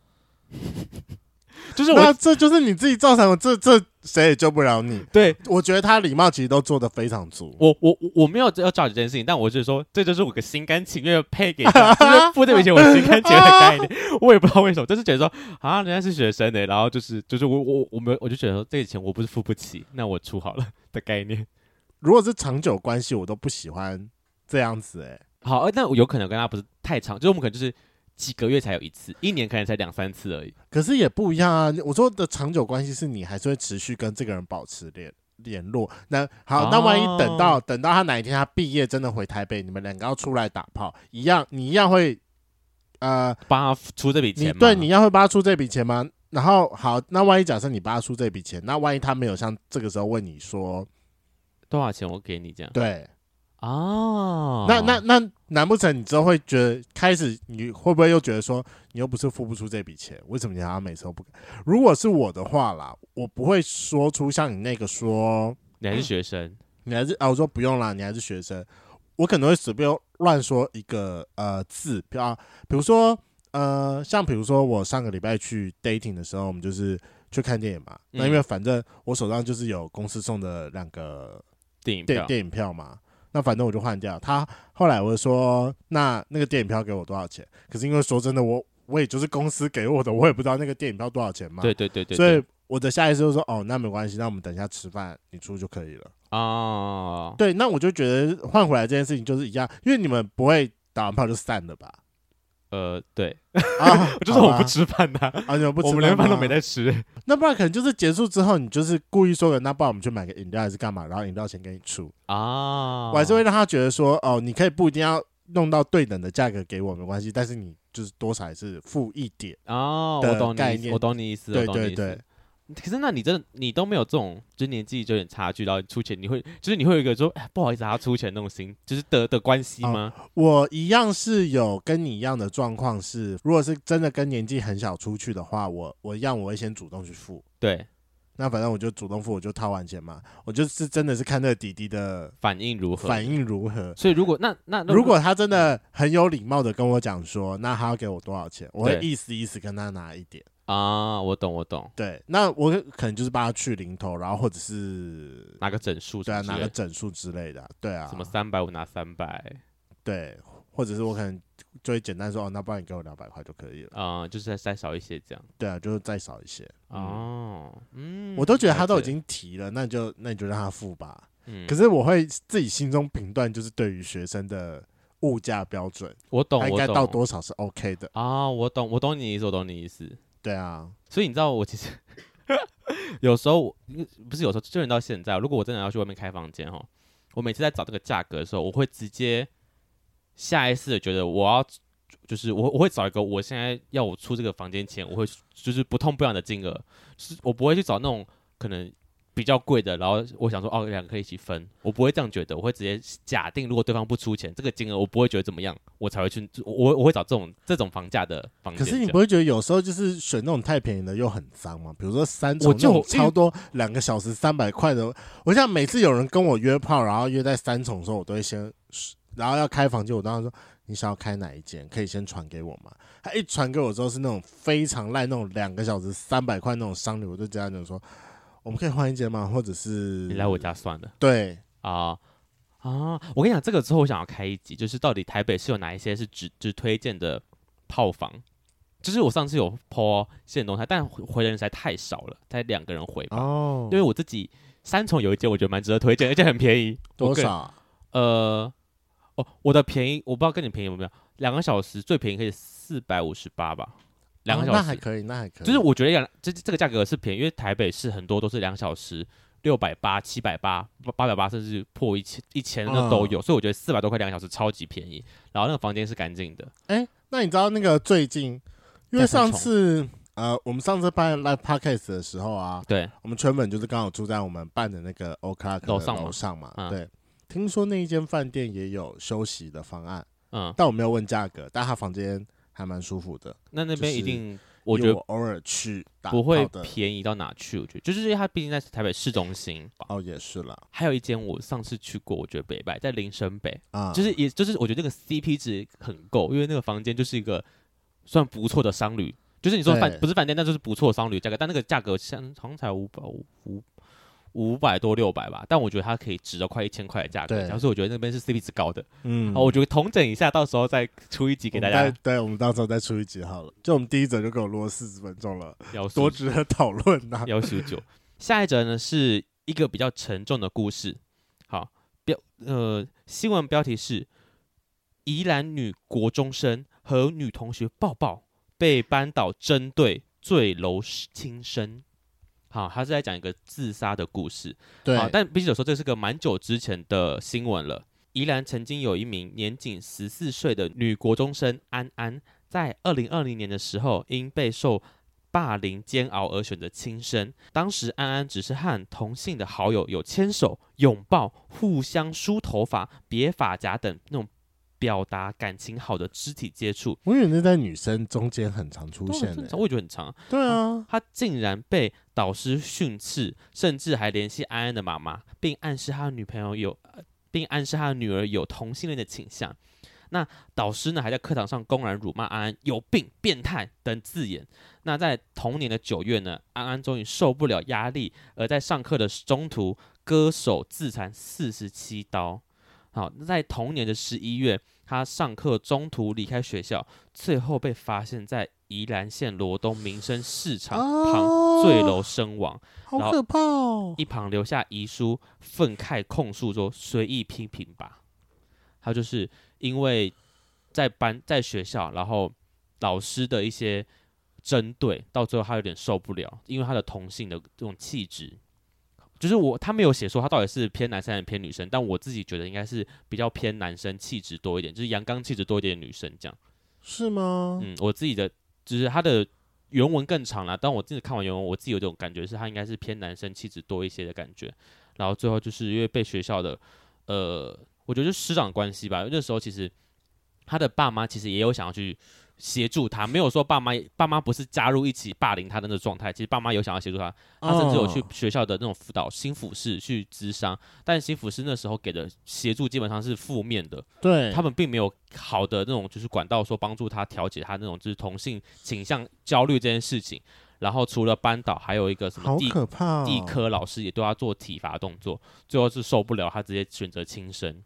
A: 就是
B: 那
A: 我
B: 这就是你自己造成的，这这谁也救不了你。
A: 对
B: 我觉得他礼貌其实都做的非常足。
A: 我我我我没有要 judge 这件事情，但我就是说，这就是我个心甘情愿配给 他，就是付这笔钱我心甘情愿的概念。我也不知道为什么，就是觉得说啊，人家是学生的、然后就是就是我我我没有，我就觉得说这笔钱我不是付不起，那我出好了的概念。
B: 如果是长久关系，我都不喜欢这样子、欸。
A: 好，呃那我有可能跟他不是太长，就是我们可能就是几个月才有一次，一年可能才两三次而已。
B: 可是也不一样啊。我说的长久关系是你还是会持续跟这个人保持联联络。那好，那万一
A: 哦
B: 等到等到他哪一天他毕业，真的回台北，你们两个要出来打炮，一样，你一样会呃，
A: 帮他出这笔钱
B: 你
A: 嘛，
B: 对你一样会帮他出这笔钱吗？然后好，那万一假设你帮他出这笔钱，那万一他没有像这个时候问你说，
A: 多少钱我给你这样
B: 对，
A: 哦，
B: 那那那难不成你之后会觉得开始你会不会又觉得说你又不是付不出这笔钱，为什么你还要每次都不给？如果是我的话啦，我不会说出像你那个说
A: 你还是学生，
B: 你还是啊，我说不用啦，你还是学生，我可能会随便乱说一个呃字，比啊，比如说呃，像比如说我上个礼拜去 dating 的时候，我们就是去看电影嘛，那因为反正我手上就是有公司送的两个
A: 电影
B: 电
A: 票
B: 电影票嘛。那反正我就换掉。他后来我就说，那那个电影票给我多少钱？可是因为说真的，我我也就是公司给我的，我也不知道那个电影票多少钱嘛。
A: 对对对对，
B: 所
A: 对
B: 以我的下意识就说，哦，那没关系，那我们等一下吃饭你出就可以了。
A: 哦，
B: 对，那我就觉得换回来这件事情就是一样，因为你们不会打完炮就散 了吧？
A: 呃，对，
B: 啊，
A: 就是我
B: 好
A: 不
B: 吧
A: 吃饭的、
B: 啊，你们不吃，
A: 我们连饭都没。在吃。
B: 那不然可能就是结束之后，你就是故意说个，那不然我们去买个饮料还是干嘛？然后饮料钱给你出。
A: 啊，
B: 我还是会让他觉得说，哦，你可以不一定要弄到对等的价格给我，没关系，但是你就是多少还是付一点。
A: 哦，
B: 的
A: 我懂
B: 概
A: 你意思，
B: 念
A: 我懂你意思，
B: 对
A: 我懂
B: 对
A: 你意思
B: 对。
A: 可是，那你真的你都没有这种，就是年纪就有点差距，然后你出钱，你会就是你会有一个说，哎，不好意思，他出钱那种心，就是的的关系吗？
B: 哦我一样是有跟你一样的状况是，如果是真的跟年纪很小出去的话，我我一样我会先主动去付。
A: 对，
B: 那反正我就主动付，我就掏完钱嘛。我就是真的是看那个弟弟的
A: 反应如何？
B: 反应如何。
A: 所以如果那那那
B: 如果他真的很有礼貌的跟我讲说，那他要给我多少钱，我会
A: 对
B: 意思意思跟他拿一点。
A: 啊，我懂我懂，
B: 对，那我可能就是帮他去零头，然后或者是
A: 拿个整数，
B: 对啊，
A: 什么
B: 拿
A: 之
B: 个
A: 类
B: 整数之类的啊、对啊，
A: 什么三百，我拿三百，
B: 对，或者是我可能就会简单说，哦，那不然你给我两百块就可以了，
A: 啊，就是再再少一些这样。
B: 对啊，就是再少一些。
A: 哦，嗯，
B: 我都觉得他都已
A: 了解，
B: 经提了，那你就那你就让他付吧。
A: 嗯，
B: 可是我会自己心中评断，就是对于学生的物价标准，
A: 我懂，
B: 他应
A: 我
B: 该
A: 懂
B: 到多少是 OK 的，
A: 啊，我懂，我懂你意思，我懂你意思。
B: 对啊，
A: 所以你知道，我其实 有时候我不是有时候，就连到现在，如果我真的要去外面开房间哈，我每次在找这个价格的时候，我会直接下意识的觉得我要就是我我会找一个我现在要我出这个房间前，我会就是不痛不痒的金额，就是我不会去找那种可能。比较贵的，然后我想说，哦，两个可以一起分，我不会这样觉得，我会直接假定，如果对方不出钱，这个金额我不会觉得怎么样，我才会去，我我我会找这种这种房价的房
B: 可
A: 间这样。
B: 是你不会觉得有时候就是选那种太便宜的又很脏吗？比如说三重
A: 我
B: 那
A: 就
B: 种超多两个小时三百块的，我想每次有人跟我约炮，然后约在三重的时候，我都会先，然后要开房间，我当时说你想要开哪一间，可以先传给我吗？他一传给我之后是那种非常烂那种两个小时三百块那种商旅，我就这样讲说，我们可以换一间吗？或者是
A: 你来我？家算了。
B: 对，
A: 啊啊！我跟你讲，这个之后我想要开一集，就是到底台北是有哪一些是只只推荐的套房。就是我上次有 po 现动态，但回回的人实在太少了，才两个人回吧。
B: 哦
A: 因为我自己三重有一间，我觉得蛮值得推荐，而且很便宜。我
B: 多
A: 个人
B: 少？啊？
A: 呃，哦，我的便宜我不知道跟你便宜有没有，两个小时最便宜可以四百五十八吧，两个
B: 哦
A: 小
B: 那
A: 时
B: 还。可以，那还可以，
A: 就是我觉得两这这个价格是便宜，因为台北市很多都是两小时六百八、七百八、八百八，甚至破一千、一千那
B: 嗯
A: 都有。所以我觉得四百多块两个小时超级便宜。然后那个房间是干净的，
B: 哎、那你知道那个最近，因为
A: 在三
B: 上次呃，我们上次办 live podcast 的时候啊，
A: 对，
B: 我们全本就是刚好住在我们办的那个 o c l a
A: 楼
B: 楼
A: 上嘛
B: 楼上嘛，
A: 嗯
B: 对。听说那一间饭店也有休息的方案，
A: 嗯，
B: 但我没有问价格，但他房间还蛮舒服的。
A: 那那边一定
B: 我
A: 我觉得
B: 我偶尔去打
A: 不会
B: 炮的
A: 便宜到哪去。我觉得就是因为它毕竟在台北市中心。
B: 哦，也是啦，
A: 还有一间我上次去过，我觉得北拜在林森北，
B: 啊，
A: 就是也就是我觉得那个 CP 值很够，因为那个房间就是一个算不错的商旅，就是你说饭
B: 对
A: 不是饭店，那就是不错的商旅价格，但那个价格像好像才五百五五五百多六百吧，但我觉得它可以值到快一千块的价格，
B: 对
A: 然后所以我觉得那边是 CP 值高的。哦
B: 嗯
A: 好，我觉得统整一下，到时候再出一集给大
B: 我
A: 家
B: 们再对，我们到时候再出一集好了。就我们第一则就给我录了四十分钟了，
A: 要说
B: 多值得讨论啊呐！
A: 幺九九。下一则呢是一个比较沉重的故事。好，标呃新闻标题是：宜兰女国中生和女同学抱抱被班导针对坠楼轻生。好，他是在讲一个自杀的故事。
B: 对
A: 啊，但必须得说，这是个蛮久之前的新闻了。宜兰曾经有一名年仅十四岁的女国中生安安，在二零二零年的时候，因备受霸凌煎熬而选择轻生。当时安安只是和同性的好友有牵手、拥抱、互相梳头发、别发夹等那种表达感情好的肢体接触，
B: 我以为那在女生中间很常出
A: 都
B: 现
A: 很
B: 的、
A: 正常，我也觉得很长。
B: 对啊，
A: 他竟然被导师训斥，甚至还联系安安的妈妈，并暗示他的女朋友有，呃并暗示他的女儿有同性恋的倾向。那导师呢，还在课堂上公然辱骂安安有病、变态等字眼。那在同年的九月呢，安安终于受不了压力，而在上课的中途割手自残四十七刀。好，那在同年的十一月，他上课中途离开学校，最后被发现在宜兰县罗东民生市场旁
B: 啊
A: 坠楼身亡，
B: 好
A: 然后
B: 可怕哦！
A: 一旁留下遗书，愤慨控诉说随意批评吧。他就是因为在班在学校，然后老师的一些针对，到最后他有点受不了，因为他的同性的这种气质。就是我，他没有写说他到底是偏男生还是偏女生，但我自己觉得应该是比较偏男生气质多一点，就是阳刚气质多一点的女生这样。
B: 是吗？
A: 嗯，我自己的就是他的原文更长啦，但我自己看完原文，我自己有这种感觉是他应该是偏男生气质多一些的感觉。然后最后就是因为被学校的呃，我觉得就是师长关系吧，那时候其实他的爸妈其实也有想要去。协助他，没有说爸妈爸妈不是加入一起霸凌他的那种状态，其实爸妈有想要协助他，他甚至有去
B: 哦
A: 学校的那种辅导新辅室去咨商，但新辅室那时候给的协助基本上是负面的，
B: 对
A: 他们并没有好的那种就是管道说帮助他调节他那种就是同性倾向焦虑这件事情。然后除了班导，还有一个什么
B: 好
A: 地
B: 可怕、哦，
A: 地科老师也对他做体罚动作，最后是受不了，他直接选择轻生。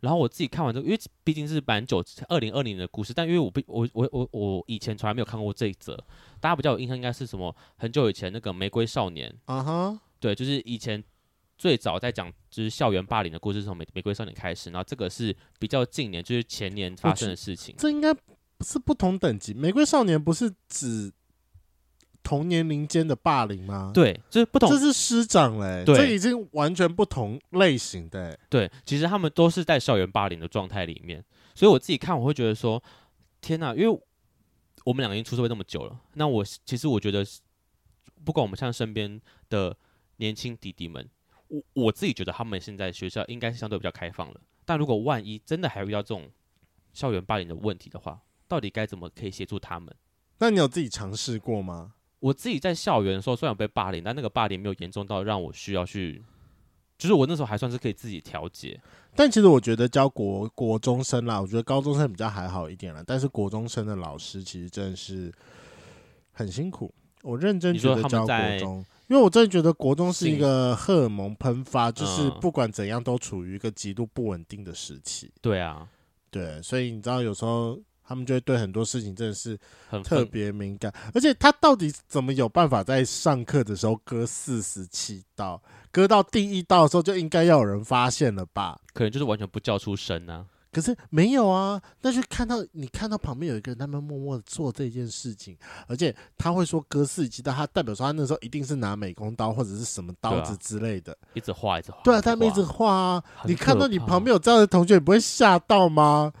A: 然后我自己看完之后，因为毕竟是蛮久，二零二零的故事，但因为我不，我我我我以前从来没有看过这一则，大家比较有印象应该是什么？很久以前那个《玫瑰少年》，
B: 啊哈，
A: 对，就是以前最早在讲就是校园霸凌的故事，是从玫玫瑰少年开始，然后这个是比较近年，就是前年发生的事情。
B: 这应该是不同等级。玫瑰少年不是指同年龄间的霸凌吗？，
A: 对，就是不同
B: 这是师长嘞、
A: 对
B: 这已经完全不同类型的、欸。
A: 对，其实他们都是在校园霸凌的状态里面，所以我自己看我会觉得说，天哪，因为我们两个已经出社会那么久了，那我其实我觉得，不管我们像身边的年轻弟弟们，我我自己觉得他们现在学校应该是相对比较开放了，但如果万一真的还遇到这种校园霸凌的问题的话，到底该怎么可以协助他们？
B: 那你有自己尝试过吗？
A: 我自己在校园的时候虽然有被霸凌，但那个霸凌没有严重到让我需要去，就是我那时候还算是可以自己调节。
B: 但其实我觉得教国国中生啦，我觉得高中生比较还好一点啦。但是国中生的老师其实真的是很辛苦。我认真
A: 你
B: 觉
A: 说
B: 得
A: 他们
B: 教国
A: 在
B: 中，因为我真的觉得国中是一
A: 性
B: 个荷尔蒙喷发，就是
A: 嗯
B: 不管怎样都处于一个极度不稳定的时期。
A: 对啊，
B: 对，所以你知道有时候他们就会对很多事情真的是
A: 很
B: 特
A: 愤
B: 别敏感，而且他到底怎么有办法在上课的时候割四十七刀？割到第一刀的时候就应该要有人发现了吧？
A: 可能就是完全不叫出声啊。
B: 可是没有啊，但是看到你看到旁边有一个人，他们默默的做这件事情，而且他会说割四级刀，他代表说他那时候一定是拿美工刀或者是什么刀
A: 对啊
B: 子之类的。
A: 一直画一直画，
B: 对啊，
A: 直
B: 他们一直
A: 画
B: 画啊，
A: 很
B: 你看到你
A: 可怕
B: 旁边有这样的同学，你不会吓到吗？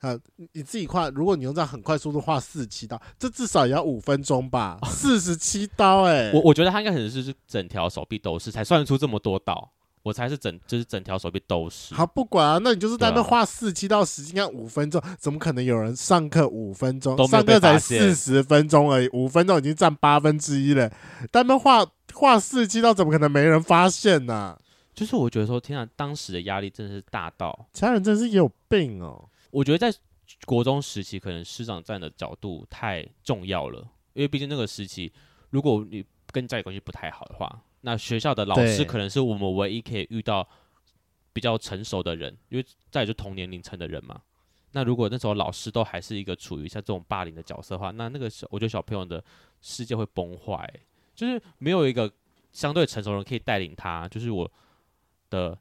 B: 啊，你你自己画，如果你用这样很快速度画四十七刀，这至少也要五分钟 吧？四十七刀、欸，
A: 我我觉得他应该可能是是整条手臂都是，才算得出这么多道。我才是整，就是整条手臂都是。
B: 好，不管啊，那你就是在那边
A: 对啊
B: 画四七到十应该五分钟，怎么可能有人上课五分钟？
A: 都没
B: 上
A: 有
B: 课
A: 被
B: 才
A: 发
B: 四
A: 现
B: 十分钟而已，五分钟已经占八分之一了。他们画画四七到，怎么可能没人发现呢、
A: 就是我觉得说，天啊，当时的压力真的是大到，
B: 其他人真是有病哦。
A: 我觉得在国中时期，可能师长站的角度太重要了，因为毕竟那个时期，如果你跟家里关系不太好的话，那学校的老
B: 对
A: 师可能是我们唯一可以遇到比较成熟的人，因为再来就同年龄层的人嘛。那如果那时候老师都还是一个处于像这种霸凌的角色的话，那那个时候我觉得小朋友的世界会崩坏、就是没有一个相对成熟人可以带领他。就是我的，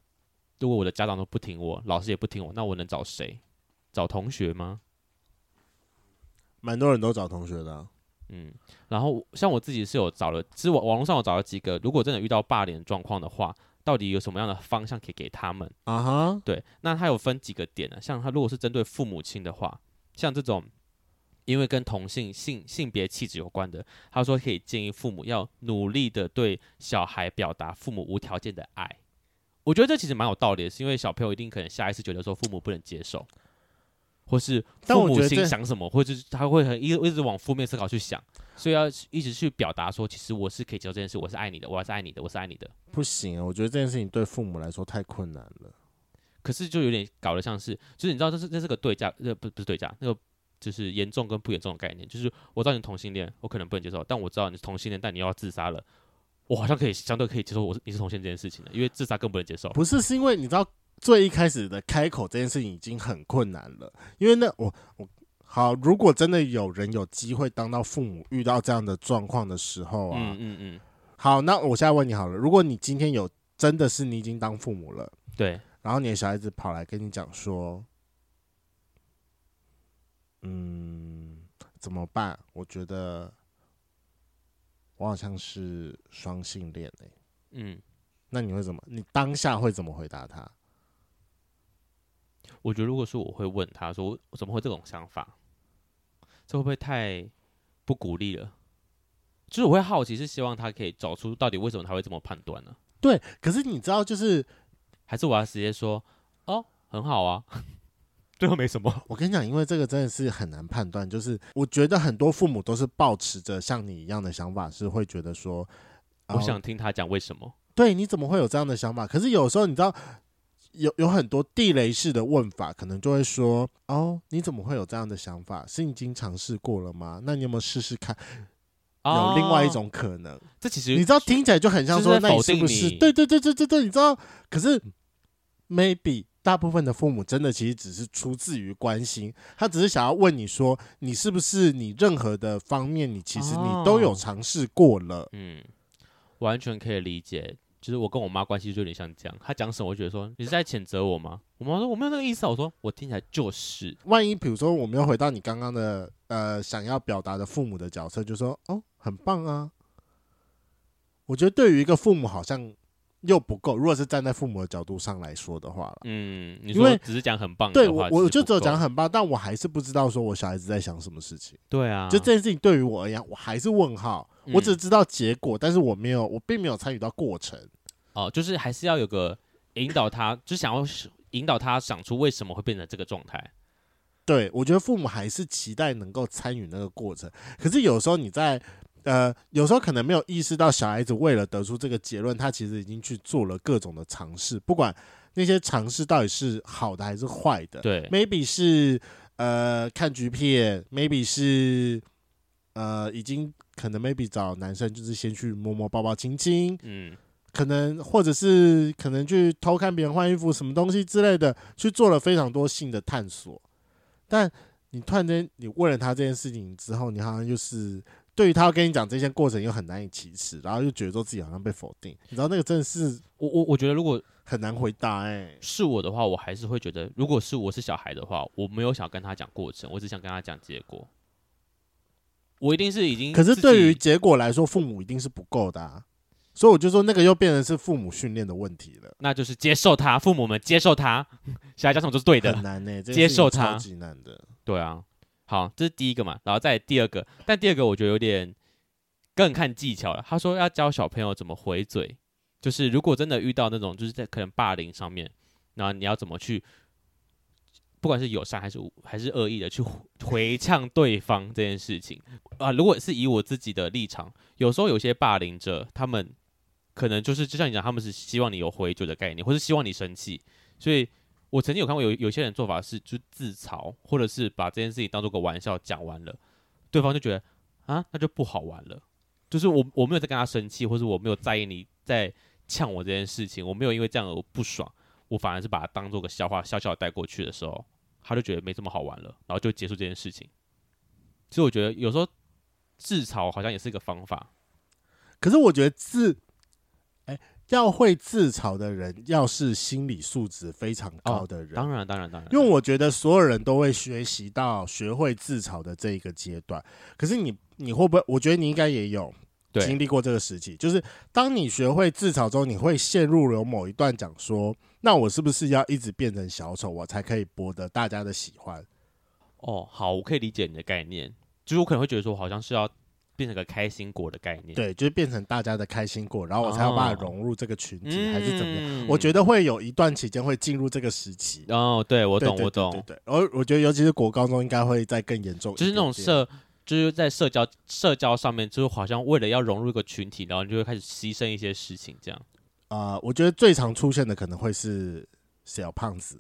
A: 如果我的家长都不听我，老师也不听我，那我能找谁？找同学吗？
B: 蛮多人都找同学的啊、
A: 嗯，然后像我自己是有找了，其实网网络上我找了几个，如果真的遇到霸凌的状况的话，到底有什么样的方向可以给他们？
B: 啊哈，
A: 对，那它有分几个点呢、啊像它如果是针对父母亲的话，像这种因为跟同性性性别气质有关的，他说可以建议父母要努力的对小孩表达父母无条件的爱。我觉得这其实蛮有道理的，是因为小朋友一定可能下意识觉得说父母不能接受，或是
B: 但
A: 父
B: 我觉
A: 母
B: 得
A: 亲
B: 这
A: 想什么，或者是他会很一一直往负面思考去想，所以要一直去表达说，其实我是可以接受这件事，我是爱你的，我还是爱你的，我是爱你的。
B: 不行啊，我觉得这件事情对父母来说太困难了。
A: 可是就有点搞得像是，就是你知道这是这是个对价，呃，不不是对价，那个就是严重跟不严重的概念。就是我知道你同性恋，我可能不能接受，但我知道你是同性恋，但你又要自杀了，我好像可以相对可以接受我是你是同性这件事情的，因为自杀更不能接受。
B: 不是，是因为你知道最一开始的开口这件事情已经很困难了，因为那我我好，如果真的有人有机会当到父母遇到这样的状况的时候啊，
A: 嗯嗯嗯，
B: 好，那我现在问你好了，如果你今天有真的是你已经当父母了，
A: 对，
B: 然后你的小孩子跑来跟你讲说，嗯，怎么办？我觉得我好像是双性恋诶、
A: 嗯，
B: 那你会怎么？你当下会怎么回答他？
A: 我觉得如果说我会问他说，我怎么会这种想法？这会不会太不鼓励了？就是我会好奇，是希望他可以找出到底为什么他会这么判断呢？
B: 对，可是你知道，就是
A: 还是我要直接说，哦，很好啊， 对我没什么。
B: 我跟你讲，因为这个真的是很难判断。就是我觉得很多父母都是抱持着像你一样的想法，是会觉得说，
A: 我
B: 哦
A: 想听他讲为什么。
B: 对，你怎么会有这样的想法？可是有时候你知道，有有很多地雷式的问法，可能就会说：“哦，你怎么会有这样的想法？是你已经尝试过了吗？那你有没有试试看？”有另外一，种可能，
A: 哦这其实
B: 你知道，听起来就很像说：“
A: 就是在
B: 那你
A: 否
B: 是
A: 定
B: 不是？”
A: 你
B: 对对对对对对，你知道？可是 maybe 大部分的父母真的其实只是出自于关心，他只是想要问你说：“你是不是你任何的方面，你其实你都有
A: 哦
B: 尝试过了？”
A: 嗯，完全可以理解。就是我跟我妈关系就有点像这样，她讲什么，我就觉得说你是在谴责我吗？我妈说我没有那个意思啊，我说我听起来就是，
B: 万一比如说我们又回到你刚刚的呃想要表达的父母的角色，就说哦很棒啊，我觉得对于一个父母好像又不够。如果是站在父母的角度上来说的话啦
A: 嗯，你
B: 因为
A: 说只是讲很棒嗯
B: 对
A: 的
B: 我
A: 话，
B: 我
A: 其实
B: 就
A: 不
B: 只有
A: 够
B: 讲，很棒，但我还是不知道说我小孩子在想什么事情。
A: 对啊，
B: 就这件事情对于我而言，我还是问号。我只
A: 嗯
B: 知道结果，但是我没有，我并没有参与到过程。
A: 哦，就是还是要有个引导他，就想要引导他想出为什么会变成这个状态。
B: 对，我觉得父母还是期待能够参与那个过程，可是有时候你在呃，有时候可能没有意识到小孩子为了得出这个结论，他其实已经去做了各种的尝试，不管那些尝试到底是好的还是坏的。
A: 对，
B: ，maybe 是呃看橘片，maybe 是呃已经可能 maybe 找男生就是先去摸摸抱抱亲亲，
A: 嗯，
B: 可能或者是可能去偷看别人换衣服什么东西之类的，去做了非常多性的探索。但你突然间你问了他这件事情之后，你好像就是对于他要跟你讲这些过程又很难以启齿，然后又觉得说自己好像被否定，你知道那个真的是
A: 我我我觉得如果
B: 很难回答哎、
A: 是我的话，我还是会觉得，如果是我是小孩的话，我没有想跟他讲过程，我只想跟他讲结果。我一定是已经
B: 可是
A: 自己
B: 对于结果来说，父母一定是不够的、啊，所以我就说那个又变成是父母训练的问题了，
A: 那就是接受他，父母们接受他， 小孩家长就是对
B: 很
A: 的，
B: 难呢、欸这件
A: 接
B: 事情
A: 受它
B: 超级难的。
A: 对啊。好，这是第一个嘛，然后再来第二个，但第二个我觉得有点更看技巧了。他说要教小朋友怎么回嘴，就是如果真的遇到那种就是在可能霸凌上面，然后你要怎么去，不管是友善还是无还是恶意的去回回呛对方这件事情啊、如果是以我自己的立场，有时候有些霸凌者他们可能就是就像你讲，他们是希望你有回嘴的概念，或是希望你生气，所以。我曾经有看过有有些人做法是，就自嘲，或者是把这件事情当做个玩笑讲完了，对方就觉得啊，那就不好玩了。就是我我没有在跟他生气，或是我没有在意你在呛我这件事情，我没有因为这样而不爽，我反而是把它当做个笑话，笑笑地带过去的时候，他就觉得没这么好玩了，然后就结束这件事情。所以我觉得有时候自嘲好像也是一个方法，
B: 可是我觉得自，哎、要会自嘲的人，要是心理素质非常高的人，
A: 哦当然当然当然，
B: 因为我觉得所有人都会学习到学会自嘲的这一个阶段。可是你，你会不会？我觉得你应该也有经
A: 对
B: 历过这个时期，就是当你学会自嘲之后，你会陷入了某一段讲说，那我是不是要一直变成小丑，我才可以博得大家的喜欢？
A: 哦，好，我可以理解你的概念，就是我可能会觉得说，好像是要变成个开心果的概念，
B: 对，就是变成大家的开心果，然后我才有
A: 哦
B: 办法融入这个群体，
A: 嗯
B: 还是怎么样？
A: 样
B: 我觉
A: 得，
B: 得会有一段期间会进入这个时期。
A: 哦，对我
B: 对
A: 懂，
B: 对
A: 我
B: 对对
A: 懂，
B: 对，而我觉得尤其是国高中应该会再更严重一
A: 就是那种
B: 点点
A: 社，就是在社交社交上面，就是好像为了要融入一个群体，然后你就会开始牺牲一些事情，这样。
B: 啊、我觉得最常出现的可能会是小胖子，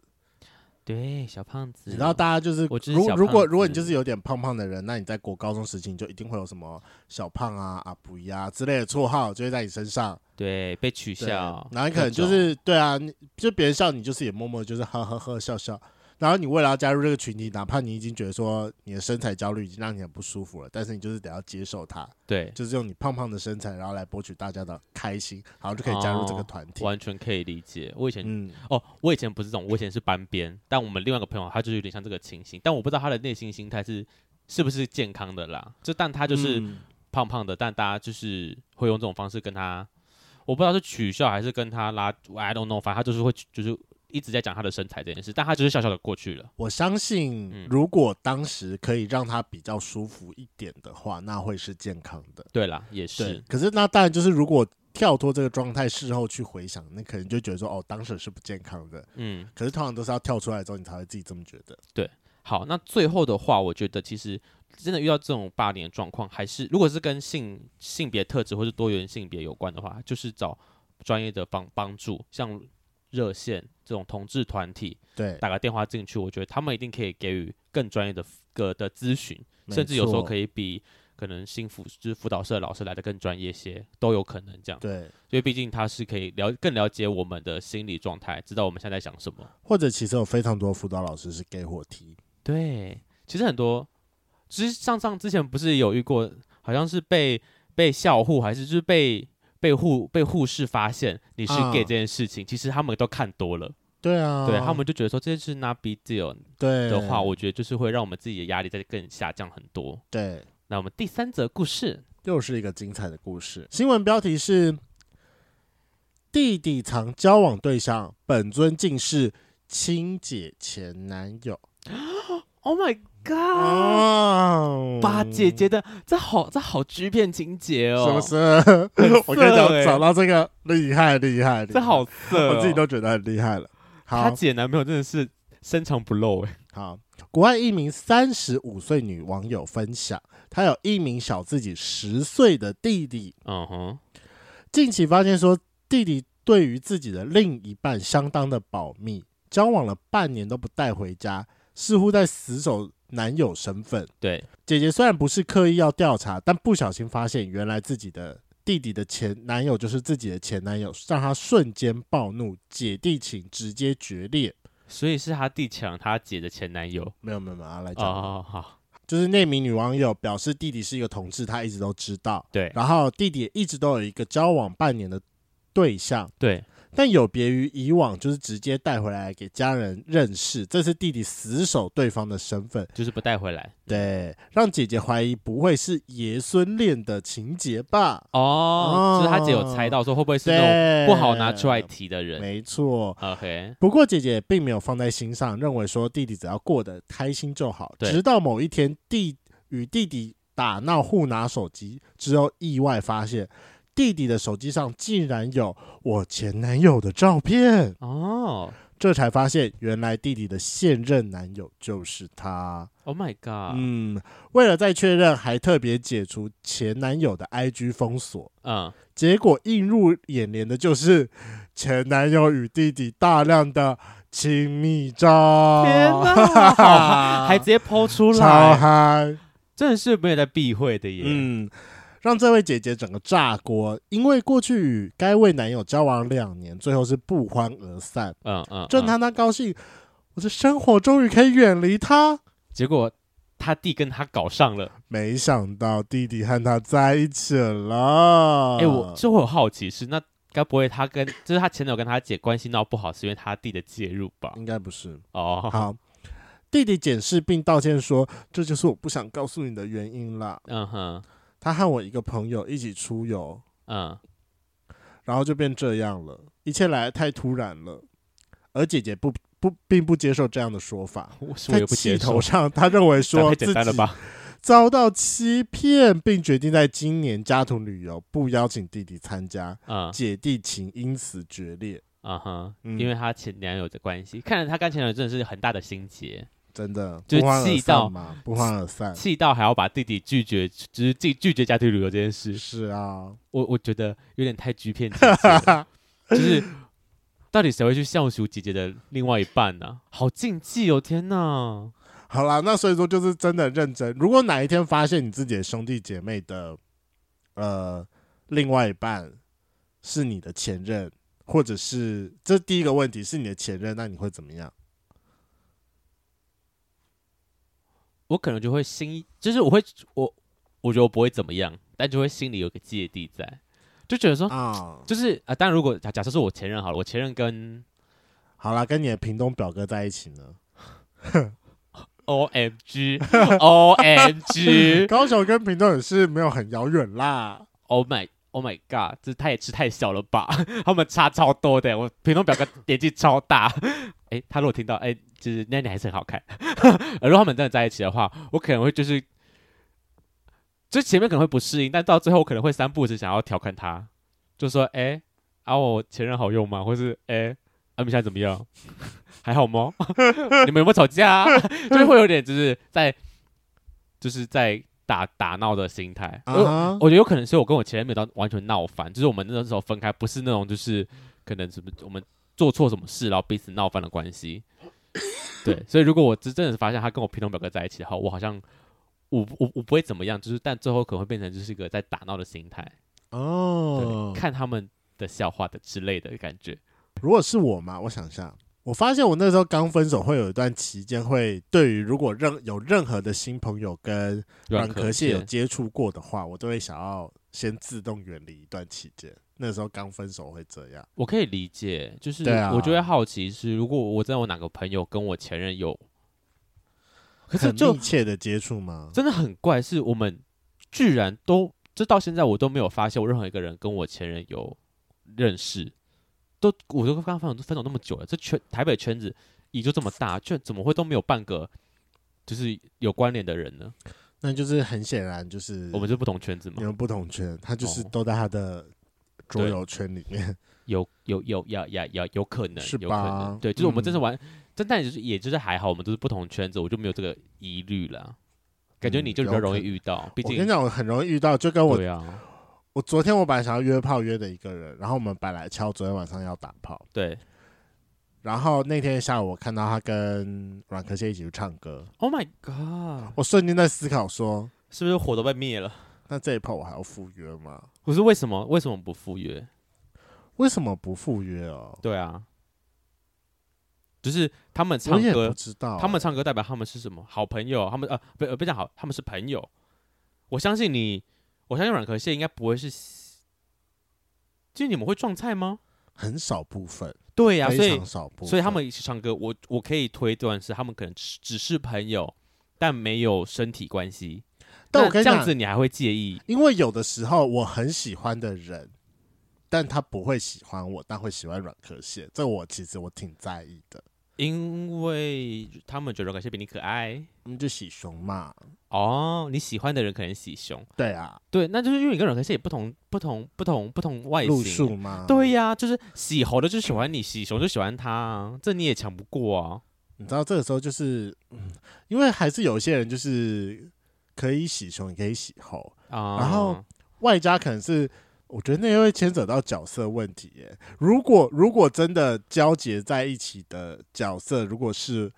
A: 对，小胖子，
B: 你知道，大家就是
A: 我就是
B: 如
A: 小
B: 如果
A: 胖
B: 如果你就
A: 子
B: 是有点胖胖的人，那你在国高中时期你就一定会有什么小胖啊、阿布呀、啊、之类的绰号就会在你身上，
A: 对，被取
B: 对，
A: 笑，
B: 然后你可
A: 各
B: 能就
A: 种
B: 是对啊，你就别人笑你，就是也默默就是呵呵呵笑笑。然后你为了要加入这个群体，哪怕你已经觉得说你的身材焦虑已经让你很不舒服了，但是你就是得要接受它，
A: 对，
B: 就是用你胖胖的身材，然后来博取大家的开心，然后就可以加入这个
A: 哦
B: 团体。
A: 完全可以理解。我以前
B: 嗯，
A: 哦，我以前不是这种，我以前是班边，但我们另外一个朋友他就是有点像这个情形，但我不知道他的内心心态是是不是健康的啦。就但他就是
B: 嗯
A: 胖胖的，但大家就是会用这种方式跟他，我不知道是取笑还是跟他拉，I don't know，反正他就是会就是一直在讲他的身材这件事，但他就是笑笑的过去了。
B: 我相信，
A: 嗯
B: 如果当时可以让他比较舒服一点的话，那会是健康的。
A: 对啦，也
B: 对
A: 是，，
B: 可是那当然就是如果跳脱这个状态，事后去回想，那可能就觉得说，哦，当时是不健康的。
A: 嗯，
B: 可是通常都是要跳出来之后，你才会自己这么觉得。
A: 好，那最后的话，我觉得其实真的遇到这种霸凌的状况，还是如果是跟性性别特质或是多元性别有关的话，就是找专业的帮帮助，像热线这种同志团体
B: 对，
A: 打个电话进去，我觉得他们一定可以给予更专业的个的咨询，
B: 没
A: 甚至有时候
B: 错
A: 可以比可能新辅就是辅导社的老师来的更专业些，都有可能这样。
B: 对，
A: 所以毕竟他是可以了更了解我们的心理状态，知道我们现在在想什么。
B: 或者其实有非常多辅导老师是给火题，
A: 对，其实很多，其实上上之前不是有遇过，好像是被被校护还是就是被被护被护士发现你是
B: 啊
A: gay 这件事情，其实他们都看多了，
B: 对啊，
A: 对他们就觉得说这件事 not big deal
B: 对
A: 的话，我觉得就是会让我们自己的压力再更下降很多。
B: 对，
A: 那我们第三则故事，
B: 又是一个精彩的故事。新闻标题是：弟弟藏交往对象，本尊竟是亲姐前男友。
A: Oh my God！
B: 哦，
A: 八姐姐的，这好，这好剧片情节
B: 是
A: 哦，
B: 不？是？我跟你讲，
A: 欸
B: 找到这个厉害厉害，厉害
A: 这好色、哦，
B: 我自己都觉得很厉害了。
A: 她
B: 好
A: 姐男朋友真的是深藏不露哎，
B: 好，国外一名三十五岁女网友分享，她有一名小自己十岁的弟弟，
A: 嗯哼，
B: 近期发现说，弟弟对于自己的另一半相当的保密，交往了半年都不带回家，似乎在死守男友身份。
A: 对，
B: 姐姐虽然不是刻意要调查，但不小心发现，原来自己的弟弟的前男友就是自己的前男友，让她瞬间暴怒，姐弟情直接决裂。
A: 所以是他弟抢他姐的前男友
B: 没有没有没有，啊来讲，
A: 哦，好，
B: 就就是那名女网友表示弟弟是一个同志，她一直都知道，
A: 对
B: 然后弟弟也一直都有一个交往半年的对象，
A: 对，
B: 但有别于以往就是直接带回来给家人认识，这是弟弟死守对方的身份，
A: 就是不带回来
B: 对，让姐姐怀疑不会是爷孙恋的情节吧？
A: 哦
B: 哦，
A: 就是他姐有猜到说会不会是那种
B: 对，
A: 不好拿出来提的人
B: 没错。
A: ，OK，
B: 不过姐姐并没有放在心上，认为说弟弟只要过得开心就好。
A: 对
B: 直到某一天，弟与弟弟打闹互拿手机之后，意外发现弟弟的手机上竟然有我前男友的照片，
A: 哦
B: 这才发现原来弟弟的现任男友就是他。
A: ，Oh my god，
B: 嗯，为了再确认，还特别解除前男友的 IG 封锁。
A: 嗯，
B: 结果映入眼帘的就是前男友与弟弟大量的亲密照，
A: 天 哪，还直接抛 出
B: 哦超
A: 来，
B: 嗨，
A: 真的是没有在避讳的耶，
B: 嗯，让这位姐姐整个炸锅，因为过去与该位男友交往两年，最后是不欢而散，
A: 嗯嗯，
B: 正
A: 嗯
B: 当她高兴，我的生活终于可以远离他。
A: 结果他弟跟他搞上了，
B: 没想到弟弟和她在一起了。嗯
A: 哎、我就会有好奇是那该不会他跟就是他前男友跟他姐关系闹不好，是因为他弟的介入吧？
B: 应该不是，
A: 哦，
B: 嗯好，弟弟解释并道歉说：“这就是我不想告诉你的原因啦。
A: 嗯哼，
B: 他和我一个朋友一起出游，
A: 嗯，
B: 然后就变这样了，一切来得太突然了。”而姐姐不不并不接受这样的说法，
A: 我是我
B: 在
A: 也不
B: 气
A: 接
B: 头
A: 受，
B: 上，她认为
A: 这样
B: 说
A: 太
B: 自
A: 简
B: 己
A: 单了吧？
B: 遭到欺骗，并决定在今年家徒旅游不邀请弟弟参加，
A: 嗯
B: 姐弟情因此决裂。
A: 嗯哼，
B: 嗯
A: 因为他前男友的关系，看来他跟前男友真的是很大的心结，
B: 真的
A: 就
B: 不欢而
A: 气到
B: 散嘛，不欢而散。
A: 气到还要把弟弟拒绝，就是拒拒绝家庭旅游这件事，
B: 是 啊，
A: 我我觉得有点太局骗姐姐 了，就是到底谁会去笑鼠姐姐的另外一半呢、好禁忌哦，天哪！
B: 好啦，那所以说就是真的认真。如果哪一天发现你自己的兄弟姐妹的呃另外一半是你的前任，或者是这第一个问题是你的前任，那你会怎么样？
A: 我可能就会心，就是我会我我觉得我不会怎么样，但就会心里有个芥蒂在，就觉得说，
B: 啊，
A: 就是啊，当然如果假假设是我前任好了，我前任跟
B: 好啦，跟你的屏东表哥在一起呢，
A: O M G O M G
B: 高雄跟屏东也是没有很遥远啦。
A: Oh my Oh my God，这他也吃太小了吧？ 他们差超多的，我屏东表哥年纪超大。哎、他如果听到，哎、就是那你还是很好看。 呃如果他们真的在一起的话，我可能会就是，就前面可能会不适应，但到最后我可能会三不五时想要调侃他，就说，哎、啊我前任好用吗？或是，哎、啊你们现在怎么样？ 还好吗？ 你们有没有吵架、啊？ 就是会有点就是在就是在打打闹的心态。
B: 啊
A: 我
B: 哈，
A: 我觉得有可能是我跟我前任没有到完全闹翻，就是我们那时候分开，不是那种就是可能什么我们做错什么事，然后彼此闹翻的关系。对，所以如果我真真的是发现他跟我平同表哥在一起的话，我好像我我我不会怎么样，就是但最后可能会变成就是一个在打闹的心态，对，
B: 哦，
A: 看他们的笑话的之类的感觉。
B: 如果是我嘛，我想一下，我发现我那时候刚分手会有一段期间，会对于如果任有任何的新朋友跟软壳蟹有接触过的话，我都会想要先自动远离一段期间。那时候刚分手会这样，
A: 我可以理解，就是
B: 对啊
A: 我就会好奇是，如果我真的有哪个朋友跟我前任有，可是
B: 很
A: 就
B: 密切的接触吗？
A: 真的很怪，是我们居然都，就到现在我都没有发现我任何一个人跟我前任有认识，都我都刚分手都分手那么久了，这圈台北圈子也就这么大，却怎么会都没有半个就是有关联的人呢？
B: 那就是很显然就是
A: 我们哦是不同圈子
B: 你
A: 嘛，
B: 们不同圈，他就是
A: 哦
B: 都在他的桌游圈里面。
A: 有有有呀呀呀，有可能
B: 是
A: 有可
B: 吧
A: 能，对，就是我们
B: 嗯
A: 真是玩，真但也就是也就是还好，我们都是不同圈子，我就没有这个疑虑啦。感觉
B: 嗯
A: 你就比较
B: 有可
A: 容易
B: 能
A: 遇到，毕
B: 我跟
A: 竟
B: 你讲，我很容易遇到，就跟我
A: 对啊，
B: 我昨天我本来想要约炮约的一个人，然后我们本来敲昨天晚上要打炮，
A: 对
B: 然后那天下午我看到他跟软壳蟹一起去唱歌，
A: ，Oh my God，
B: 我瞬间在思考说，
A: 是不是火都被灭了？
B: 那这一炮我还要赴约吗？
A: 可是为什么为什么不赴约？
B: 啊为什么不赴约哦？
A: 对啊，就是他们
B: 我
A: 唱
B: 也不
A: 歌，
B: 知道欸、
A: 他们唱歌代表他们是什么好朋友，他们呃不呃不讲好，他们是朋友。我相信你，我相信软壳蟹应该不会是，就是你们会撞菜吗？
B: 很少部分，
A: 对呀、所
B: 非
A: 以
B: 常少部分，
A: 所以他们一起唱歌，我我可以推断是他们可能只只是朋友，但没有身体关系。
B: 但我
A: 那
B: 跟你
A: 这样
B: 讲
A: 子你还会介意？
B: 因为有的时候我很喜欢的人，但他不会喜欢我，但会喜欢软壳蟹，这我其实我挺在意的。
A: 因为他们觉得软壳蟹比你可爱
B: 我们就喜熊嘛，
A: 哦，你喜欢的人可能喜熊，
B: 对啊，
A: 对，那就是因为你跟软壳蟹也不同不同不同不同外
B: 路
A: 形。
B: 数嘛，
A: 对呀、就是喜猴的就喜欢你，喜熊就喜欢他、啊，这你也抢不过啊。
B: 你知道这个时候就是，嗯，因为还是有一些人就是可以喜熊，也可以喜猴，
A: 啊、
B: 然后外加可能是。我觉得那又会牵扯到角色问题耶。如果如果真的交结在一起的角色，如果是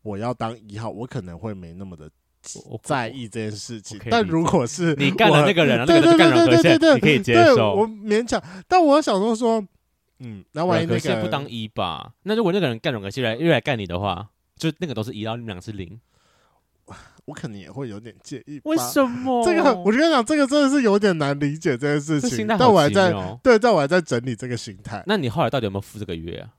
B: 我要当一号，我可能会没那么的
A: 我我
B: 在意这件事情
A: 我可。以
B: 但
A: 理解
B: 如果是
A: 你干了那个人啊，
B: 对
A: 那个人就
B: 对
A: 干软
B: 对对
A: 壳
B: 对对
A: 蟹，
B: 对，
A: 你可以接
B: 对
A: 受
B: 我。勉强，但我想说说，嗯，那万一
A: 软
B: 那
A: 壳蟹
B: 个
A: 不当一吧？那如果那个人干软壳蟹来又来干你的话，就那个都是一，然后你们俩是零。
B: 我可能也会有点介意吧。
A: 为什么？
B: 这个很我跟你讲，这个真的是有点难理解这件事
A: 哦这
B: 情
A: 心态。
B: 但我
A: 好
B: 还
A: 奇
B: 在
A: 妙。
B: 对，但我还在整理这个心态。
A: 那你后来到底有没有付这个约 啊？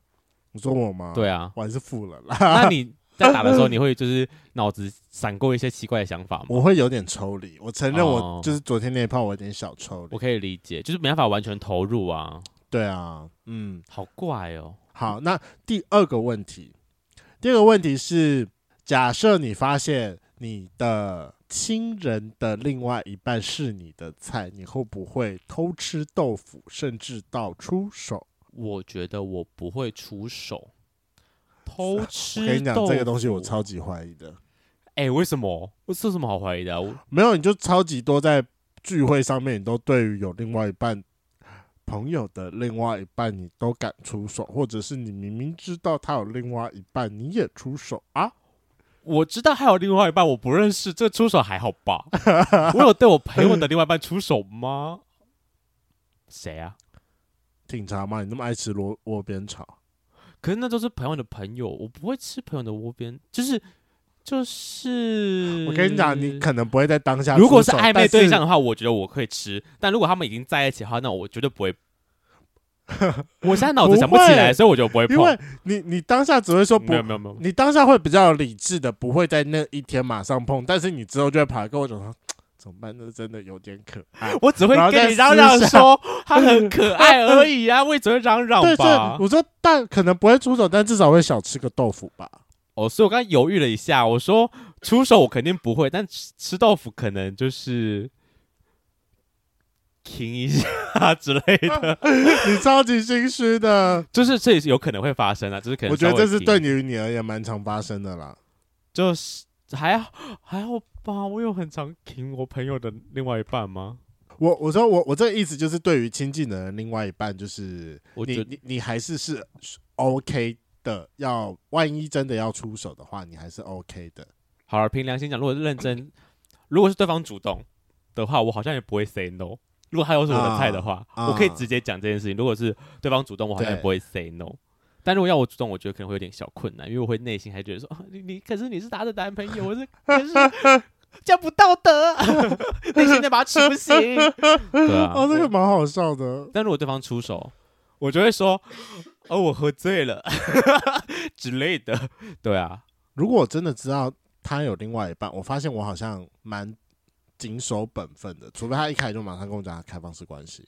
B: 你说我吗？，
A: 对啊，
B: 我还是付了啦。
A: 那你在打的时候，你会就是脑子闪过一些奇怪的想法吗？
B: 我会有点抽离，我承认我
A: 哦
B: 就是昨天那一炮，我有点小抽离
A: 我。可以理解，就是没办法完全投入啊，
B: 对啊，嗯，
A: 好怪哦。
B: 好，那第二个问题，第二个问题是：假设你发现你的亲人的另外一半是你的菜，你会不会偷吃豆腐，甚至到出手？
A: 我觉得我不会出手偷吃
B: 啊
A: 豆
B: 我
A: 腐。
B: 跟你讲，这个东西我超级怀疑的。
A: 哎、为什么？我这有什么好怀疑的啊、我
B: 没有，你就超级多在聚会上面，你都对于有另外一半朋友的另外一半，你都敢出手，或者是你明明知道他有另外一半，你也出手啊？
A: 我知道还有另外一半我不认识，这出手还好吧？ 我有对我朋友的另外一半出手吗？谁啊？
B: 挺长嘛，你那么爱吃萝窝边草。
A: 可是那都是朋友的朋友，我不会吃朋友的窝边，就是就是。
B: 我跟你讲，你可能不会在当下出手。
A: 如果是暧昧嗯对象
B: 但是，
A: 的话，我觉得我可以吃；但如果他们已经在一起的话，那我绝对不会。 我现在脑子想不起
B: 不会
A: 来，所以我就不会碰。
B: 因为你你当下只会说不
A: 没，有没有没有，
B: 你当下会比较理智的，不会在那一天马上碰，但是你之后就会跑来跟我讲说，嘖怎么办？那真的有点可爱。
A: 我只会
B: 然后
A: 跟
B: 再
A: 你嚷嚷
B: 私下
A: 说他很可爱而已啊，我也只会嚷嚷
B: 对，所
A: 吧
B: 以。我说，但可能不会出手，但至少会小吃个豆腐吧。
A: 哦，所以我刚才犹豫了一下，我说出手我肯定不会，但吃吃豆腐可能就是停一下 之类 的，
B: 你超级心虚的，
A: 就是这也是有可能会发生啊，就是 可能
B: 我觉得
A: 稍微
B: 这是
A: 停
B: 对你你而言蛮常发生的啦。
A: 就是还好还好吧，我有很常听我朋友的另外一半吗？
B: 我我说我我这个意思就是，对于亲近的人，另外一半就是
A: 我
B: 你
A: 觉得
B: 你你还是是 OK 的，要万一真的要出手的话，你还是 OK 的。
A: 好了，凭良心讲，如果是认真，如果是对方主动的话，我好像也不会 say no。如果他又是我的菜的话，
B: 啊啊
A: 我可以直接讲这件事情。如果是对方主动，我好像也
B: 对
A: 不会 say no。但如果要我主动，我觉得可能会有点小困难，因为我会内心还觉得说，啊、你你可是你是他的男朋友，我是可是这样不道德，啊 内心那把尺不 行。对啊，
B: 哦，这个蛮好笑的。
A: 但如果对方出手，我就会说，哦，我喝醉了 之类的。对啊，
B: 如果我真的知道他有另外一半，我发现我好像蛮谨守本分的，除非他一开始就马上跟我讲他开放式关系。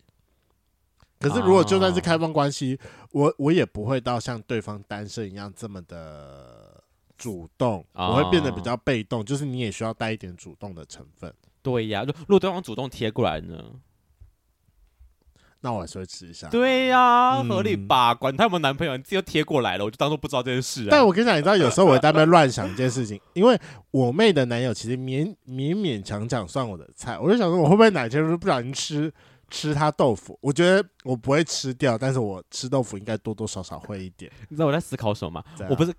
B: 可是如果就算是开放关系，我我也不会到像对方单身一样这么的主动，
A: 啊
B: 我会变得比较被动，就是你也需要带一点主动的成分。
A: 对呀、如如果对方主动贴过来呢？
B: 那我还是会吃一下。
A: 对呀、
B: 嗯
A: 合理吧？管他有没有男朋友，你自己都贴过来了，我就当做不知道这件事啊。
B: 但我跟你讲，你知道有时候我会在那边乱想一件事情，因为我妹的男友其实勉勉勉强强算我的菜，我就想说我会不会哪天就不小心吃吃他豆腐？我觉得我不会吃掉，但是我吃豆腐应该多多少少会一点。
A: 你知道我在思考什么吗？
B: 这样
A: 我不是，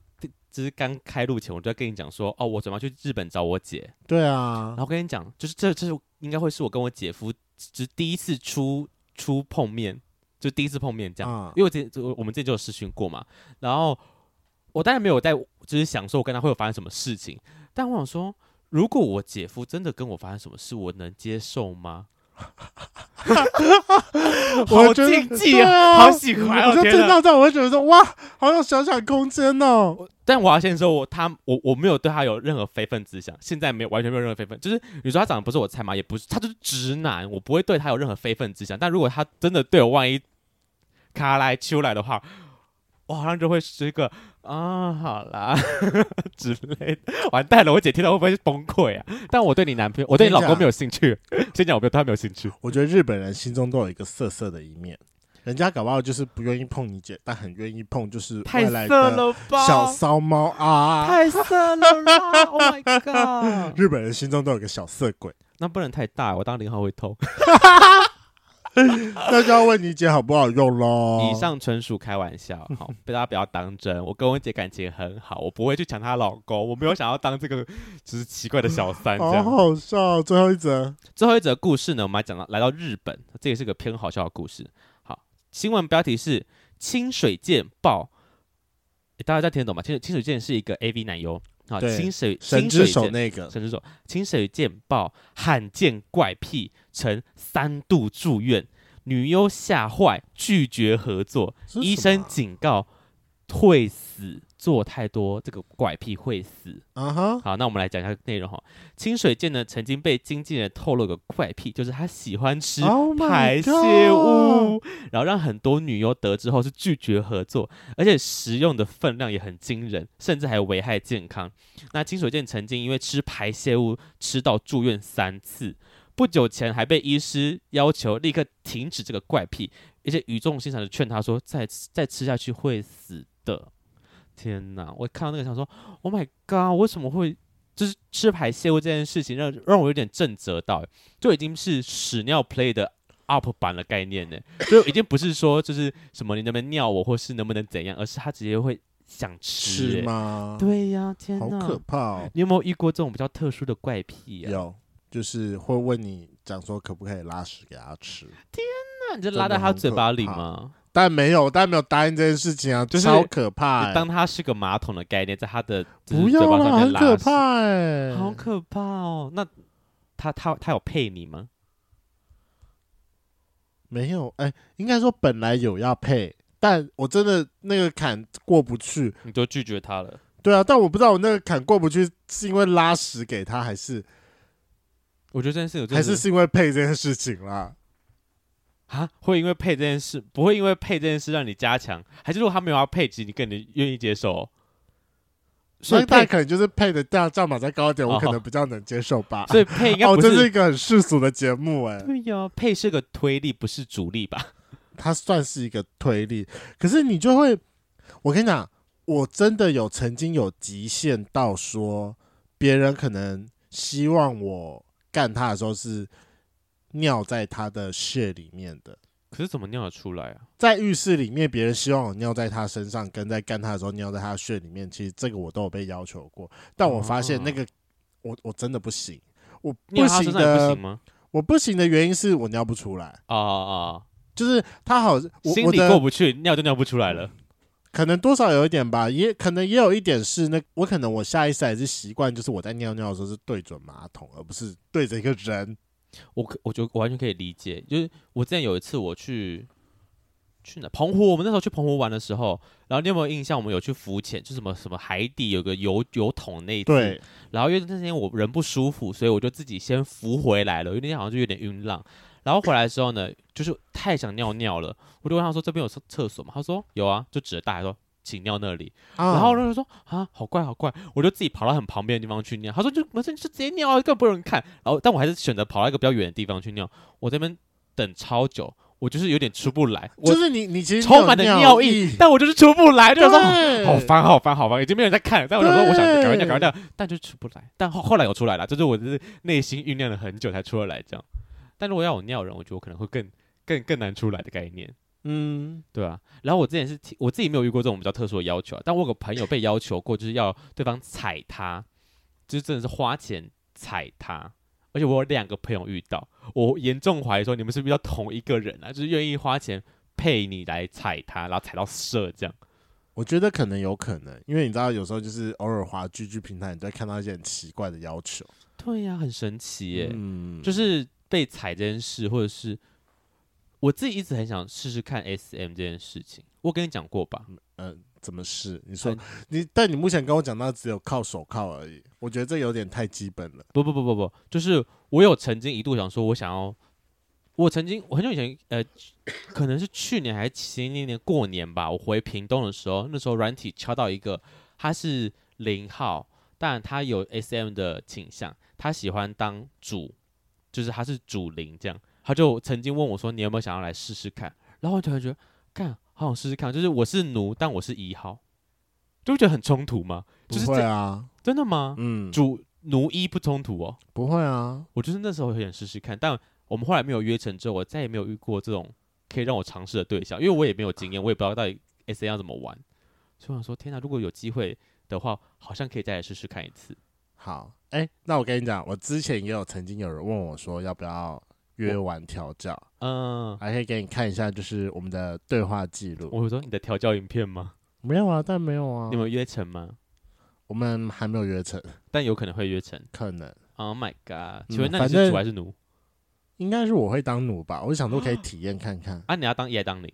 A: 只是刚开录前我就在跟你讲说，哦，我准备要去日本找我姐，
B: 对啊
A: 然，后跟你讲，就是这这是应该会是我跟我姐夫就是第一次出出碰面，就第一次碰面这样。
B: 啊
A: 因为我之前我我们之前就有试训过嘛，然后我当然没有在就是享受跟他会有发生什么事情，但我想说，如果我姐夫真的跟我发生什么事，我能接受吗？ 好
B: 我觉得
A: 禁忌
B: 对啊
A: 好喜欢，
B: 我
A: 我
B: 就
A: 天
B: 听
A: 哪！
B: 到这，我会觉得说哇，好有想想空间哦。
A: 但我要先说我，他我我没有对他有任何非分之想，现在没有完全没有任何非分，就是你说他长得不是我菜嘛，也不是，他就是直男，我不会对他有任何非分之想。但如果他真的对我万一卡来秋来的话，我好像就会是一个啊，好啦 之类的，完蛋了，我姐听到会不会崩溃啊？但我对你男朋友，我对你老公没有兴趣，先讲我对他没有兴趣，
B: 我觉得日本人心中都有一个色色的一面，人家搞不好就是不愿意碰你姐，但很愿意碰就是
A: 太
B: 外来
A: 色
B: 的
A: 了吧，
B: 小骚猫啊。
A: 太色了啦，Oh my god，
B: 日本人心中都有个小色鬼，
A: 那不能太大，我当零号会痛。
B: 那就要问你姐好不好用 喽。
A: 以上纯属开玩 笑，好，大家不要当真。我跟我姐感情很好，我不会去抢她老公，我没有想要当这个就是奇怪的小三这
B: 好
A: 样。
B: 好笑，最后一则，
A: 最后一则故事呢，我们来讲到来到日本，这也是个偏好笑的故事。好，新闻标题是清水剑爆，诶大家听得懂吗？清水清水剑是一个 AV 男优，好，
B: 对
A: 清水
B: 神
A: 清水
B: 之手
A: 剑。
B: 那个，
A: 神之手清水剑爆罕见怪癖，曾三度住院，女优吓坏，拒绝合作，
B: 这是
A: 医
B: 什
A: 生
B: 么啊
A: 警告会死，做太多这个怪癖会死。
B: 啊哈，
A: 好，那我们来讲一下内容哈。清水健呢曾经被经纪人透露个怪癖，就是他喜欢吃
B: Oh my
A: 排泄
B: ，Oh God
A: 物，然后让很多女优得知后是拒绝合作，而且食用的分量也很惊人，甚至还危害健康。那清水健曾经因为吃排泄物吃到住院三次，不久前还被医师要求立刻停止这个怪癖，而且语重心长的劝他说：“再吃再吃下去会死的。”天哪！我看到那个想说：“Oh my god！为什么会就是吃排泄物这件事情让让我有点震折到，欸就已经是屎尿 play 的 up 版的概念呢，就已经不是说就是什么你能不能尿我，或是能不能怎样，而是他直接会想吃、
B: 是
A: 欸？
B: 吗？，
A: 对呀、天
B: 好可
A: 哪！
B: 怕哦。
A: 你有没有遇过这种比较特殊的怪癖哎啊呀、
B: 有，就是会问你讲说可不可以拉屎给他吃，
A: 那你就拉到他嘴巴里吗？
B: 但没有，但没有答应这件事情啊，
A: 就是
B: 超可怕、
A: 就
B: 欸。
A: 当它是个马桶的概念，在他的就是
B: 不
A: 嘴
B: 要
A: 巴
B: 啦，
A: 上面
B: 很
A: 拉
B: 可
A: 屎，
B: 怕哎、
A: 好可怕哦！那他他他有配你吗？
B: 没有哎、应该说本来有要配，但我真的那个坎过不去。
A: 你就拒绝他了？
B: 对啊，但我不知道我那个坎过不去是因为拉屎给他，还是
A: 我觉得这件事情真的
B: 还是是因为配这件事情啦。
A: 啊，会因为配这件事，不会因为配这件事让你加强，还是如果他没有要配，其实你更能愿意接受。所
B: 所
A: 以
B: 以他
A: 配，
B: 可能就是配的价价码再高一点，我可
A: 哦
B: 能比较能接受吧。
A: 所以配应该
B: 哦，
A: 不
B: 这是
A: 是
B: 一个很世俗的节目哎、
A: 对呀、配是个推力，不是主力吧？
B: 它算是一个推力。可是你就会，我跟你讲，我真的有曾经有极限到说，别人可能希望我干他的时候是尿在他的血里面的，
A: 可是怎么尿得出来啊？
B: 在浴室里面，别人希望我尿在他身上，跟在干他的时候尿在他的血里面，其实这个我都有被要求过，但我发现那个、我我真的不行，我
A: 尿
B: 不
A: 他
B: 行
A: 身上哦也不
B: 的，
A: 行吗？
B: 我不行的原因是我尿不出来，
A: 啊啊
B: 就是他好，
A: 啊！
B: 我
A: 心
B: 我
A: 里
B: 的
A: 过不去，尿就尿不出来了。
B: 可能多少有一点吧，也可能也有一点是那我可能我下意识还是习惯，就是我在尿尿的时候是对准马桶，而不是对着一个人。
A: 我可我觉得我完全可以理解，就是我之前有一次我去去哪澎湖，我们那时候去澎湖玩的时候，然后你有没有印象？我们有去浮潜，就什么什么海底有个油油桶那一次，
B: 对，
A: 然后因为那天我人不舒服，所以我就自己先浮回来了。因为那天好像就有点晕浪，然后回来的时候呢，就是太想尿尿了，我就问他说：“这边有厕厕所吗？”他说：“有啊。”就指着大海说：“请尿那里。”
B: 啊
A: 然后呢就说：“啊，好怪好怪！”我就自己跑到很旁边的地方去尿。他说：“就没事，你就直接尿啊，根本不用人看。”然后，但我还是选择跑到一个比较远的地方去尿。我这边等超久，我就是有点出不来，
B: 就
A: 我
B: 是你你其实
A: 充满了
B: 尿
A: 尿意，，但我就是出不来，就想说。
B: 对，
A: 好烦，好烦，好烦！已经没有人在看了，但我想说，我想
B: 对
A: 赶快尿，赶快尿，但就出不来。但后后来有出来了，就是我就是内心酝酿了很久才出得来这样。但如果要我尿人，我觉得我可能会更更更难出来的概念，
B: 嗯，
A: 对啊。然后我之前是听我自己没有遇过这种比较特殊的要求、啊，但我有个朋友被要求过，就是要对方踩他，就是真的是花钱踩他。而且我有两个朋友遇到，我严重怀疑说你们是不是遇到同一个人啊，就是愿意花钱配你来踩他，然后踩到射这样。
B: 我觉得可能有可能，因为你知道有时候就是偶尔滑剧剧平台，你就会看到一些很奇怪的要求。
A: 对呀、很神奇耶、
B: 嗯，
A: 就是是被踩这件事，或者是我自己一直很想试试看 SM 这件事情。我跟你讲过吧？
B: 呃，怎么是？你说
A: 很
B: 你，但你目前跟我讲到只有靠手铐而已，我觉得这有点太基本了。
A: 不不不不不，就是我有曾经一度想说，我想要，我曾经我很久以前，呃，可能是去年还是前年年过年吧，我回屏东的时候，那时候软体敲到一个，他是零号，但他有 SM 的倾向，他喜欢当主，就是他是主零这样，他就曾经问我说，你有没有想要来试试看？然后我突然觉得，干，好想试试看，就是我是奴，但我是一号，就会觉得很冲突吗？就是
B: 不
A: 这
B: 会啊，
A: 真的吗？
B: 嗯，
A: 主奴一不冲突哦。
B: 不会啊，
A: 我就是那时候有点试试看，但我们后来没有约成之后，我再也没有遇过这种可以让我尝试的对象，因为我也没有经验，我也不知道到底 S N 要怎么玩，所以我想说，天哪，如果有机会的话，好像可以再来试试看一次。
B: 好，哎、那我跟你讲，我之前也有曾经有人问我说要不要约完调教，
A: 嗯，
B: 还可以给你看一下，就是我们的对话记录。
A: 我说你的调教影片吗？
B: 没有啊，但没有啊
A: 你，们约成吗？
B: 我们还没有约成，
A: 但有可能会约成。
B: 可能
A: Oh my god！请问那你
B: 嗯反
A: 是
B: 正
A: 主还是奴？
B: 应该是我会当奴吧。我就想说可以体验看看，
A: 啊，你要当一还当零？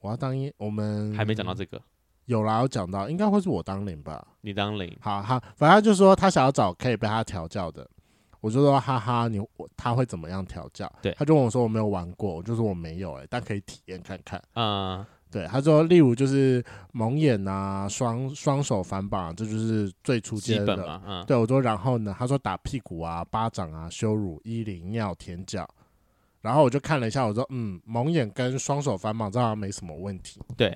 B: 我要当一，我们
A: 还没讲到这个，
B: 有啦，有讲到，应该会是我当零吧。
A: 你当零。
B: 好好，反正他就说他想要找可以被他调教的，我就说哈哈，你我他会怎么样调教？
A: 对
B: 他就问我说我没有玩过，我就说我没有哎、但可以体验看看。
A: 嗯，
B: 对，他说例如就是蒙眼啊，双双手反绑啊，这就是最初
A: 基
B: 阶
A: 本
B: 的。
A: 嘛，嗯，
B: 对，我说然后呢？他说打屁股啊、巴掌啊、羞辱、衣领、尿、舔脚。然后我就看了一下，我说嗯，蒙眼跟双手反绑这好像没什么问题。
A: 对，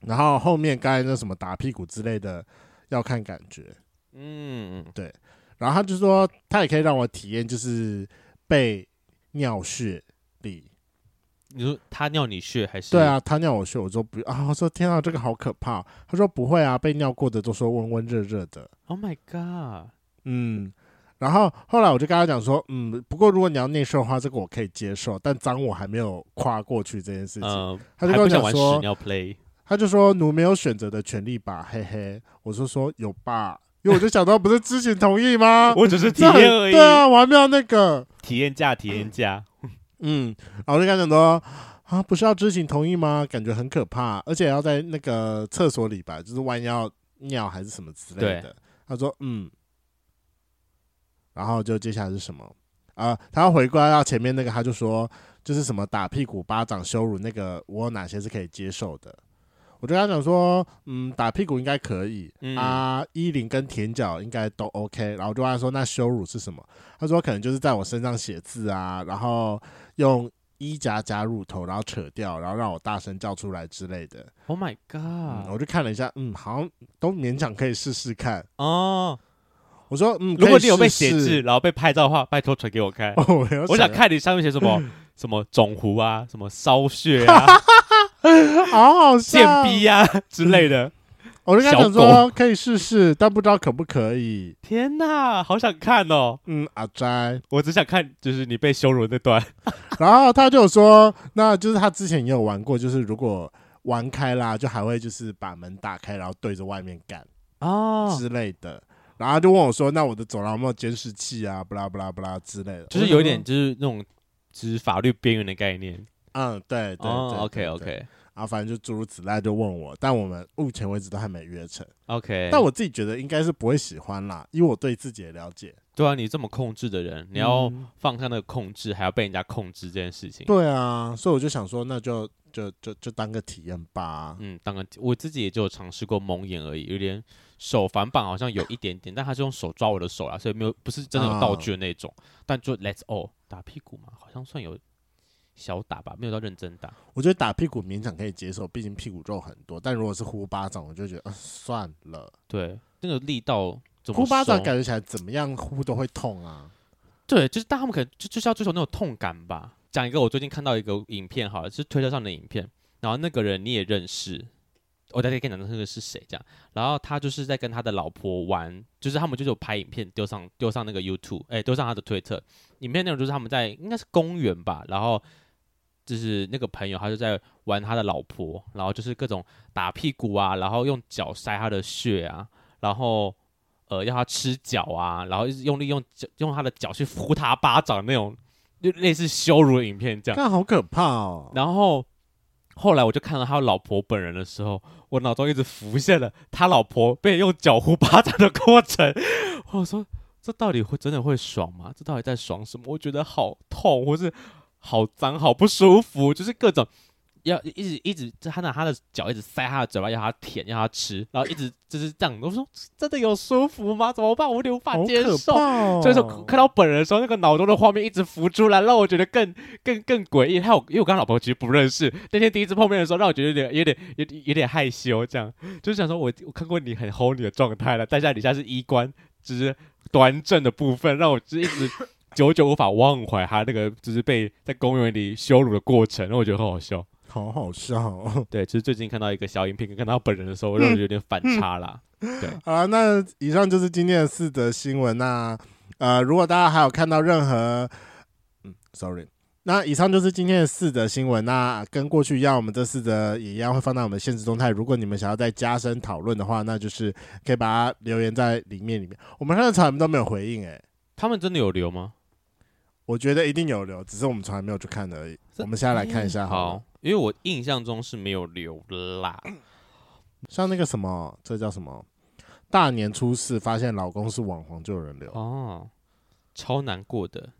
B: 然后后面刚才那什么打屁股之类的，要看感觉。
A: 嗯，嗯
B: 然后他就说，他也可以让我体验，就是被尿血里。
A: 你说他尿你血还是？
B: 对，啊，他尿我血，我说不啊，我说天啊，这个好可怕哦。他说不会啊，被尿过的都说温温热热的，
A: Oh my god！
B: 嗯。然后后来我就跟他讲说，嗯，不过如果你要内射的话，这个我可以接受，但脏我还没有跨过去这件事情。
A: 嗯，
B: 他就
A: 还
B: 跟
A: 不想
B: 我讲
A: 玩屎
B: 说，
A: 尿 play，？
B: 他就说奴没有选择的权利吧，嘿嘿。我就说有吧，因为我就想到不是知情同意吗
A: 我只是体
B: 这很
A: 验而已，
B: 对啊，我还没有那个。
A: 体验价，体验价，
B: 嗯，然后我就跟他讲说啊，不是要知情同意吗？感觉很可怕，而且要在那个厕所里吧，就是万一要尿还是什么之类的。他说嗯，然后就接下来是什么啊、他要回归到前面那个，他就说就是什么打屁股、巴掌、羞辱那个，我有哪些是可以接受的？我就跟他讲说，嗯，打屁股应该可以、
A: 嗯
B: 啊，衣领跟舔脚应该都 OK。然后我就问他说，那羞辱是什么？他说可能就是在我身上写字啊，然后用衣夹夹乳头，然后扯掉，然后让我大声叫出来之类的。
A: Oh my
B: 嗯，
A: god！
B: 我就看了一下，嗯，好像都勉强可以试试看。
A: 哦，
B: 我说，嗯，
A: 如果你有被
B: 可以
A: 写
B: 试试
A: 字，，然后被拍照的话，拜托传给我看，
B: 哦，我没有
A: 我想
B: 要，
A: 看你上面写什么，什么种狐啊，什么烧血 啊，
B: 好好笑
A: 贱逼啊 之类的。
B: 我就跟他讲
A: 小
B: 说哦可以试试，但不知道可不可以。
A: 天哪，好想看哦！
B: 嗯，阿斋，
A: 我只想看，就是你被羞辱的那段。
B: 然后他就有说，那就是他之前也有玩过，就是如果玩开啦，就还会就是把门打开，然后对着外面干。
A: 哦，
B: 之类的。然后他就问我说：“那我的走廊有没有监视器啊？不啦不啦不啦之类的。”
A: 就是有一
B: 我
A: 点，
B: 说
A: 就是那种，就是法律边缘的概念。
B: 嗯，对对
A: 哦
B: 对
A: ，OK
B: 对
A: OK
B: 然后反正就诸如此类就问我，但我们目前为止都还没约成。
A: OK。
B: 但我自己觉得应该是不会喜欢啦，以我对自己的了解。
A: 对啊，你这么控制的人，你要
B: 嗯
A: 放下那个控制，还要被人家控制这件事情。
B: 对啊，所以我就想说，那就就就就当个体验吧。
A: 嗯，当然，我自己也就有尝试过蒙眼而已，有点手反绑好像有一点点，但他是用手抓我的手啦，啊所以没有不是真的有道具的那
B: 啊
A: 种。但就 Let's all 打屁股嘛，好像算有小打吧，没有到认真打。
B: 我觉得打屁股勉强可以接受，毕竟屁股肉很多。但如果是呼巴掌，我就觉得、呃、算了，
A: 对，那个力道怎么
B: 呼巴掌
A: 收
B: 感觉起来怎么样呼都会 痛啊。
A: 对，就是但他们可能就就是要追求那种痛感吧。讲一个我最近看到一个影片，好了，是推特上的影片，然后那个人你也认识，我大概跟你讲那个是谁这样，然后他就是在跟他的老婆玩，就是他们就是有拍影片丢上丢上那个 YouTube，哎、丢上他的推特，影片内容就是他们在应该是公园吧，然后就是那个朋友，他就在玩他的老婆，然后就是各种打屁股啊，然后用脚塞他的血啊，然后呃要他吃脚啊，然后一直用力用脚用他的脚去呼他巴掌那种，就类似羞辱的影片这样。
B: 但好可怕哦！
A: 然后后来我就看到他老婆本人的时候，我脑中一直浮现了他老婆被用脚呼巴掌的过程。 我说这到底会真的会爽吗？这到底在爽什么？我觉得好痛，或是好脏、好不舒服，就是各种。要一直一直，就他拿他的脚一直塞他的嘴巴，要他舔，要他吃，然后一直就是这样。我说真的有舒服吗？怎么办？我有点无法
B: 好
A: 接
B: 可
A: 受。
B: 怕哦！
A: 所以说看到本人的时候，那个脑中的画面一直浮出来，让我觉得更更更诡异。还有，因为我跟他老婆其实不认识，那天第一次碰面的时候，让我觉得有点有点有点有点害羞，这样就是想说我我看过你很 hold 你的状态了，但现在你现在是衣冠，就是端正的部分，让我就是一 直久久无法忘怀他那个就是被在公园里羞辱的过程，让我觉得很好笑。
B: 好好笑哦！
A: 对，其实最近看到一个小影片，跟看到本人的时候，让我觉得有点反差啦。
B: 好了，那以上就是今天的四则新闻。那呃，如果大家还有看到任何，嗯，sorry。那以上就是今天的四则新闻。那跟过去一样，我们这四则也一样会放在我们的现实动态。如果你们想要再加深讨论的话，那就是可以把它留言在里面里面。我们上次从来都没有回应、欸，
A: 他们真的有留吗？
B: 我觉得一定有留，只是我们从来没有去看而已。
A: 这
B: 我们现在来看一下好了，
A: 好，因为我印象中是没有留啦。
B: 像那个什么，这叫什么？大年初四发现老公是网红，就有人留。
A: 哦，超难过的。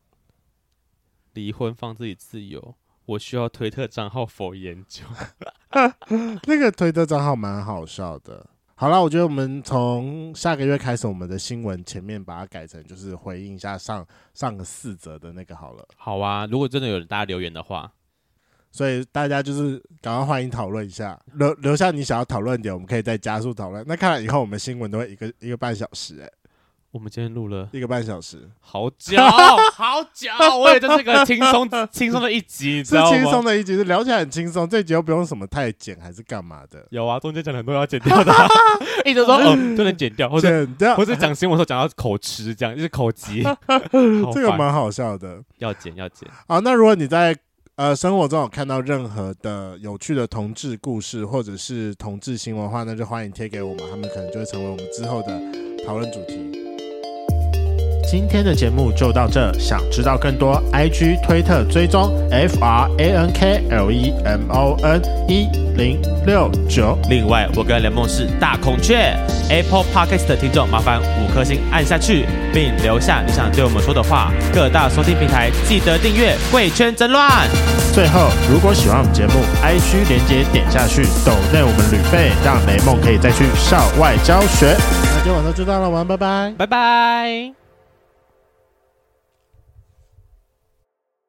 A: 离婚放自己自由，我需要推特账号否研究。
B: 那个推特账号蛮好笑的。好了，我觉得我们从下个月开始，我们的新闻前面把它改成就是回应一下上上个四则的那个好了。
A: 好啊，如果真的有大家留言的话，
B: 所以大家就是赶快欢迎讨论一下，留留下你想要讨论点，我们可以再加速讨论。那看来以后我们新闻都会一个一个半小时、欸，
A: 我们今天录了
B: 一个半小时
A: 好久 好久，我也就是个轻松 轻松的一集，你知
B: 是
A: 道
B: 轻松
A: 吗？
B: 的一集，是聊起来很轻松，这集又不用什么太剪还是干嘛的，
A: 有啊，中间讲了很多要剪掉的啊、 一直说 哦就能剪掉，或者
B: 剪掉
A: 或者讲新闻的时候讲到口吃，这样就是口 急，好
B: 这个
A: 烦
B: 蛮好笑的。
A: 要剪要剪。
B: 好，啊那如果你在呃生活中有看到任何的有趣的同志故事或者是同志新闻的话，那就欢迎贴给我们，他们可能就会成为我们之后的讨论主题。今天的节目就到这，想知道更多，IG、推特追踪 F R A N K L E M O N 一零六九。
A: 另外，我跟雷梦是大孔雀 Apple Podcast 的听众，麻烦五颗星按下去，并留下你想对我们说的话。各大收听平台记得订阅《贵圈争乱》。
B: 最后，如果喜欢我们节目，IG 连接点下去，抖内我们旅费，让雷梦可以再去校外教学。那今天晚上就到了，晚安，拜拜。
A: 拜拜。